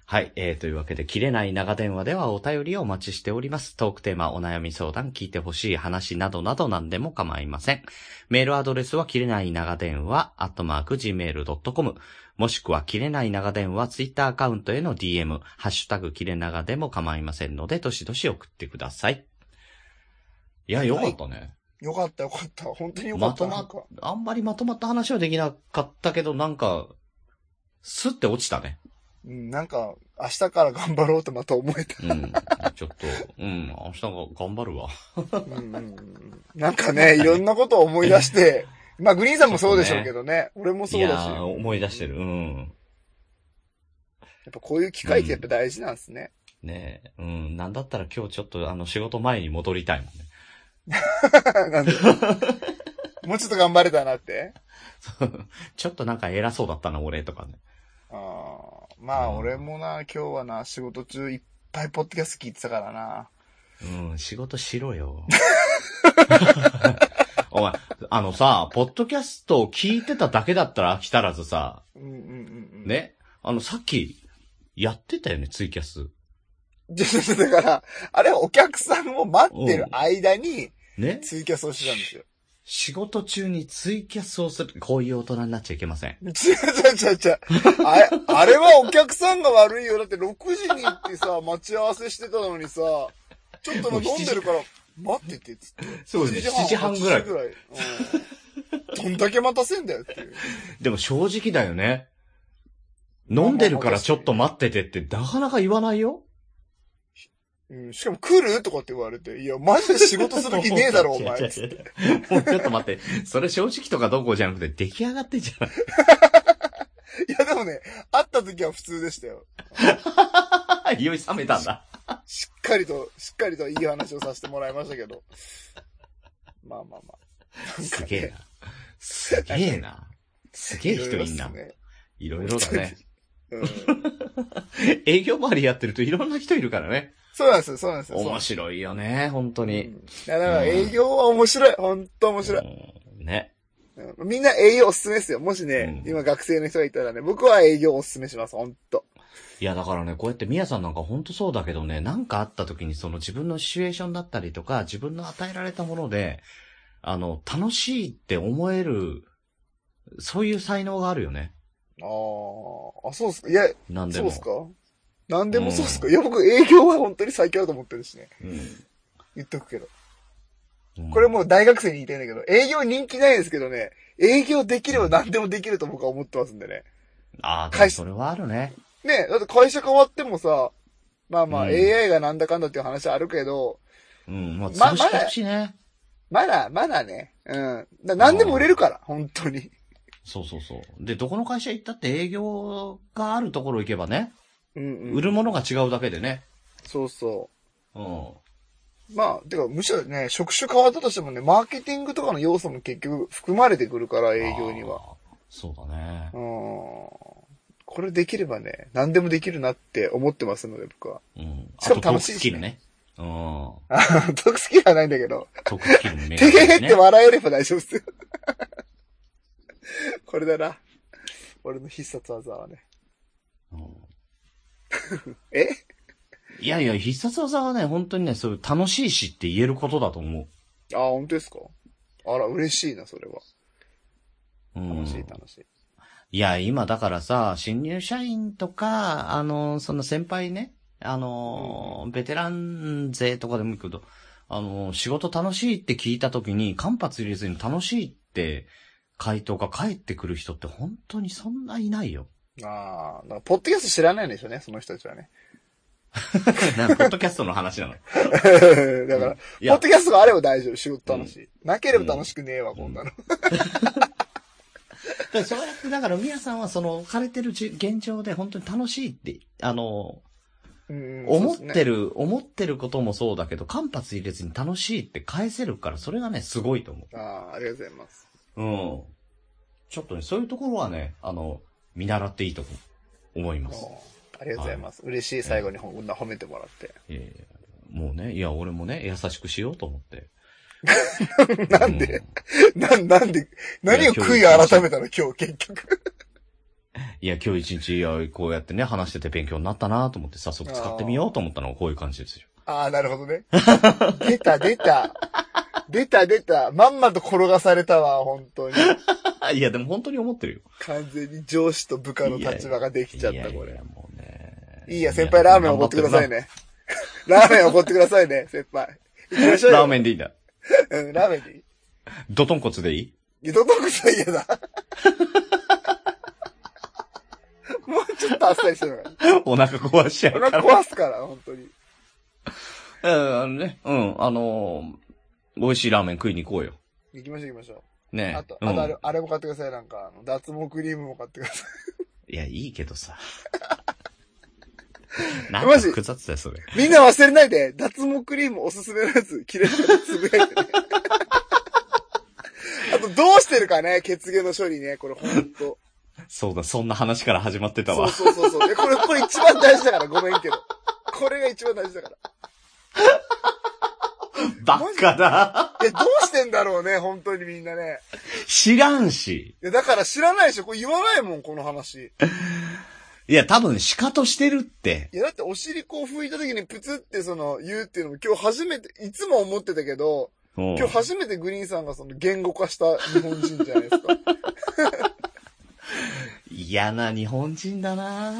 Speaker 2: はい。えー、というわけで、切れない長電話ではお便りをお待ちしております。トークテーマ、お悩み相談、聞いてほしい話などなど何でも構いません。メールアドレスは、切れない長電話、アットマーク、gmail.com。もしくは、切れない長電話、ツイッターアカウントへの DM、ハッシュタグ、切れ長でも構いませんので、どしどし送ってください。いや、よかったね。
Speaker 1: よかったよかった。本当によか
Speaker 2: ま
Speaker 1: った。
Speaker 2: と
Speaker 1: な
Speaker 2: ま
Speaker 1: んか。、
Speaker 2: あんまりまとまった話はできなかったけど、なんか、スって落ちたね。
Speaker 1: うん、なんか、明日から頑張ろうとまた思えた。
Speaker 2: うん。ちょっと、うん、明日が頑張るわ。
Speaker 1: うんうんうん なんかね、いろんなことを思い出して、まあ、グリーンさんもそうでしょうけどね、俺もそうだし。
Speaker 2: いやー思い出してる。うん。
Speaker 1: やっぱこういう機会ってやっぱ大事なんですね。
Speaker 2: ねえ、うん。なんだったら今日ちょっと、あの、仕事前に戻りたいもんね。
Speaker 1: なんでもうちょっと頑張れたなって。
Speaker 2: そう ちょっとなんか偉そうだったな、俺、とかね。
Speaker 1: あーまあ、俺もな、今日はな、仕事中いっぱいポッドキャスト聞いてたからな。
Speaker 2: うん、仕事しろよ。 お前、あのさ、ポッドキャストを聞いてただけだったら飽き足らずさ、
Speaker 1: うんうんうんうん。。
Speaker 2: ね。あの、さっき、やってたよね、ツイキャス。
Speaker 1: じゃだから、あれはお客さんを待ってる間に、
Speaker 2: ね
Speaker 1: ツイキャスをしてたんですよ。
Speaker 2: 仕事中にツイキャスをする。こういう大人になっちゃいけません。
Speaker 1: 違う違う違う違う。あれ、あれはお客さんが悪いよ。だって6時に行ってさ、待ち合わせしてたのにさ、ちょっともう飲んでるから、待ってて、つって。
Speaker 2: そ7時半ぐらい
Speaker 1: 8時。ぐらい。うんどんだけ待たせんだよっていう。
Speaker 2: でも正直だよね。飲んでるからちょっと待っててって、なかなか言わないよ。
Speaker 1: うん、しかも来るとかって言われて、いや、マジで仕事する気ねえだろ、 お
Speaker 2: 違う
Speaker 1: 前。
Speaker 2: 違う違うもうちょっと待って。それ正直とかどうこうじゃなくて、出来上がってんじゃない
Speaker 1: いや、でもね、会った時は普通でしたよ。
Speaker 2: 酔い冷めたんだ。
Speaker 1: しっかりと、しっかりといい話をさせてもらいましたけど。まあまあまあ。
Speaker 2: すげえな。すげえな。すげえ人いんな。いろいろだね。
Speaker 1: いろいろっすね。うん
Speaker 2: 営業周りやってるといろんな人いるからね。
Speaker 1: そうなんですよ、そうなんですよ。
Speaker 2: 面白いよね、本当
Speaker 1: う
Speaker 2: に。
Speaker 1: んいや、だから営業は面白い。本当面白い。
Speaker 2: うんね。
Speaker 1: うんみんな営業おすすめですよ。もしね、
Speaker 2: うん
Speaker 1: 今学生の人がいたらね、僕は営業おすすめします、本当
Speaker 2: いや、だからね、こうやってみやさんなんかほんとそうだけどね、なんかあった時にその自分のシチュエーションだったりとか、自分の与えられたもので、あの、楽しいって思える、そういう才能があるよね。
Speaker 1: ああ、あ、そうっすか。いや、
Speaker 2: なんで
Speaker 1: そう
Speaker 2: も。
Speaker 1: っすか。なんでもそうっすか。いや、僕営業は本当に最強だと思ってるしね。言っとくけど。
Speaker 2: うん
Speaker 1: これもう大学生に言いたいんだけど、営業人気ないですけどね、営業できれば何でもできると僕は思ってますんでね。
Speaker 2: ああ、でも
Speaker 1: 会社
Speaker 2: それはあるね。
Speaker 1: ねえ、だって会社変わってもさ、まあまあ
Speaker 2: うん
Speaker 1: AI がなんだかんだっていう話はあるけど、
Speaker 2: うん、まあ、
Speaker 1: ま
Speaker 2: 潰してほしいね。
Speaker 1: まだ、まだね、うん。だ何でも売れるから、本当に。
Speaker 2: そうそうそう。で、どこの会社行ったって営業があるところ行けばね、
Speaker 1: うん、うん。
Speaker 2: 売るものが違うだけでね。
Speaker 1: そうそ
Speaker 2: うん。
Speaker 1: う。まあ、てか、むしろね、職種変わったとしてもね、マーケティングとかの要素も結局含まれてくるから、営業には。
Speaker 2: あー。そうだね
Speaker 1: う。ん。これできればね、何でもできるなって思ってますので、僕は。
Speaker 2: う ん。
Speaker 1: しかも楽しいしね
Speaker 2: あとトークスキルね。うん。
Speaker 1: 得好きじゃないんだけど。
Speaker 2: トークスキルもね。
Speaker 1: てへへって笑えれば大丈夫ですよ。 これだな。俺の必殺技はね。
Speaker 2: うん
Speaker 1: え
Speaker 2: いやいや、必殺技はね、本当にね、そういう楽しいしって言えることだと思
Speaker 1: あ、本当ですかあら、嬉しいな、それは。
Speaker 2: う。うん、
Speaker 1: 楽しい、楽しい。
Speaker 2: いや、今だからさ、新入社員とか、あの、その先輩ね、あの、ベテラン勢とかでもいいけど、あの、仕事楽しいって聞いた時に、間髪入れずに楽しいって回答が返ってくる人って本当にそんないない よ。
Speaker 1: ああ、だからポッドキャスト知らないんでしょうね、その人たち はね。
Speaker 2: なんかポッドキャストの話なの。
Speaker 1: だから、ポ
Speaker 2: い
Speaker 1: ッド
Speaker 2: や、
Speaker 1: キャストがあれば大丈夫、仕事楽しい。なければ楽しくねえわ、こんなの。
Speaker 2: だからそうやって、だから、みやさんはその置かれてるじ現状で本当に楽しいって、あの、
Speaker 1: うんうん
Speaker 2: 思っ
Speaker 1: そうです
Speaker 2: て
Speaker 1: ね
Speaker 2: る、思ってることもそうだけど、間髪入れずに楽しいって返せるから、それがね、すごいと思
Speaker 1: ああ、ありがとうございます。
Speaker 2: う。うん。ちょっとね、そういうところはね、あの、見習っていいと思う思いま
Speaker 1: あ
Speaker 2: す。
Speaker 1: ーありがとうございます。嬉しい、最後にほんな褒めてもらって。
Speaker 2: いやいやもうね、いや、俺もね、優しくしようと思 って。
Speaker 1: なんで、な、なんで、何を悔い改めたの、今日、結局。
Speaker 2: いや、今日一日、いや、こうやってね、話してて勉強になったなと思って、早速使ってみようと思ったのがこういう感じですよ。
Speaker 1: ああ、なるほどね。出た、出た。出た、出た。まんまと転がされたわ、本当に。
Speaker 2: いや、でも本当に思ってるよ。
Speaker 1: 完全に上司と部下の立場ができちゃっ
Speaker 2: いや
Speaker 1: た、
Speaker 2: いや
Speaker 1: これ。
Speaker 2: もうね。
Speaker 1: いいや、先輩ラーメンおごってくださいね。ラーメンおごってくださいね、先輩。行きましょうよ。
Speaker 2: ラーメンでいいんだ。
Speaker 1: うん、ラーメンでいい。
Speaker 2: ドトンコツでい い
Speaker 1: 二度とくさ嫌だ。もうちょっとあっさりしてるから。
Speaker 2: お腹壊しちゃう
Speaker 1: お
Speaker 2: から。
Speaker 1: 腹壊すから、本当に。
Speaker 2: えーあのね、うん、あのー美味しいラーメン食いに行こうよ。
Speaker 1: 行きましょう、行きましょう。
Speaker 2: ね
Speaker 1: あと、
Speaker 2: うん
Speaker 1: あとあれ、あれも買ってください、なんか、あの脱毛クリームも買ってください。
Speaker 2: いや、いいけどさ。 なん
Speaker 1: マ
Speaker 2: か
Speaker 1: ジ
Speaker 2: 複雑だよ、それ。
Speaker 1: みんな忘れないで、脱毛クリームおすすめのやつ、切れるからつぶやいてね。あと、どうしてるかね、血毛の処理ね、これほんと。
Speaker 2: そうだ、そんな話から始まってた
Speaker 1: そ
Speaker 2: わ
Speaker 1: う。そうそうそう。いやこれ、これ一番大事だから、ごめんけど。これが一番大事だから。
Speaker 2: バカだ。
Speaker 1: いや、どうしてんだろうね、本当にみんなね。
Speaker 2: 知らんし。
Speaker 1: いや、だから知らないでしょ、これ言わないもん、この話。
Speaker 2: いや、多分、鹿としてるって。
Speaker 1: いや、だってお尻こう拭いた時にプツってその言うっていうのも今日初めて、いつも思ってたけど、
Speaker 2: うん
Speaker 1: 今日初めてグリーンさんがその言語化した日本人じゃないですか。
Speaker 2: 嫌な日本人だな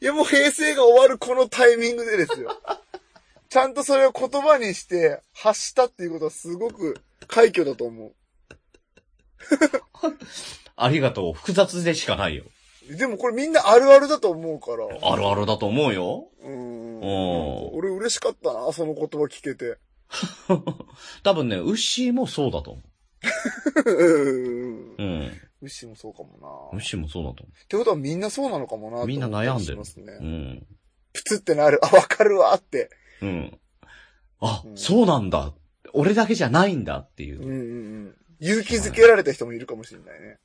Speaker 2: い
Speaker 1: や、もう平成が終わるこのタイミングでですよ。 ちゃんとそれを言葉にして発したっていうことはすごく快挙だと思
Speaker 2: ありがとう。複雑でしかないよ。
Speaker 1: う。でもこれみんなあるあるだと思うから。
Speaker 2: あるあるだと思うよ。
Speaker 1: うーん。
Speaker 2: おー
Speaker 1: 俺嬉しかったな、その言葉聞けて。
Speaker 2: 多分ね、ウッシーもそうだと思
Speaker 1: うん
Speaker 2: う。うん。
Speaker 1: ウッシーもそうかも
Speaker 2: ウ
Speaker 1: な。
Speaker 2: ッ
Speaker 1: っ
Speaker 2: シーもそうだと
Speaker 1: てことはみんなそうなのかもな。
Speaker 2: みんな悩んでる
Speaker 1: ますね。
Speaker 2: 思う。うん。
Speaker 1: プツってなる。あ、わかるわって。
Speaker 2: うん。あ、
Speaker 1: うん
Speaker 2: そうなんだ。俺だけじゃないんだっていう。
Speaker 1: うんう
Speaker 2: 今
Speaker 1: んうん。勇気づけられた人もいるかもしれないね。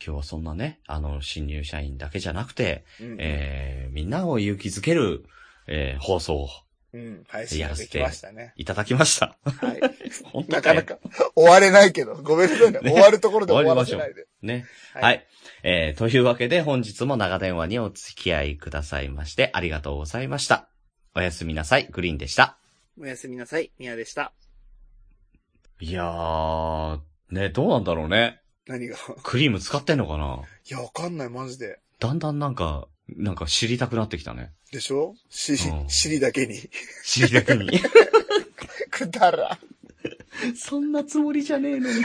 Speaker 2: 日はそんなね、あの、新入社員だけじゃなくて、
Speaker 1: うん、
Speaker 2: えー、みんなを勇気づける、えー、放送を
Speaker 1: うん。配信ができましたね。
Speaker 2: いただきま した。
Speaker 1: はい。
Speaker 2: 本当
Speaker 1: なかな。か終われないけど、ごめんなさいね。
Speaker 2: ね
Speaker 1: 終わるところで終わらせないで。
Speaker 2: ね。
Speaker 1: は
Speaker 2: はいい、えー、というわけで本日も長電話にお付き合いくださいましてありがとうございました。おやすみなさい。グリーンでした。
Speaker 3: おやすみなさい、ミヤでした。
Speaker 2: いやー、ね、どうなんだろうね。
Speaker 1: 何が
Speaker 2: クリーム使ってんのかない
Speaker 1: や、わかんない、マジで。
Speaker 2: だんだんなんか、なんか知りたくなってきたね。
Speaker 1: でしょし、
Speaker 2: うん
Speaker 1: 尻だけに。
Speaker 2: 知り たくに。
Speaker 1: くだらん。
Speaker 2: そんなつもりじゃねえのに。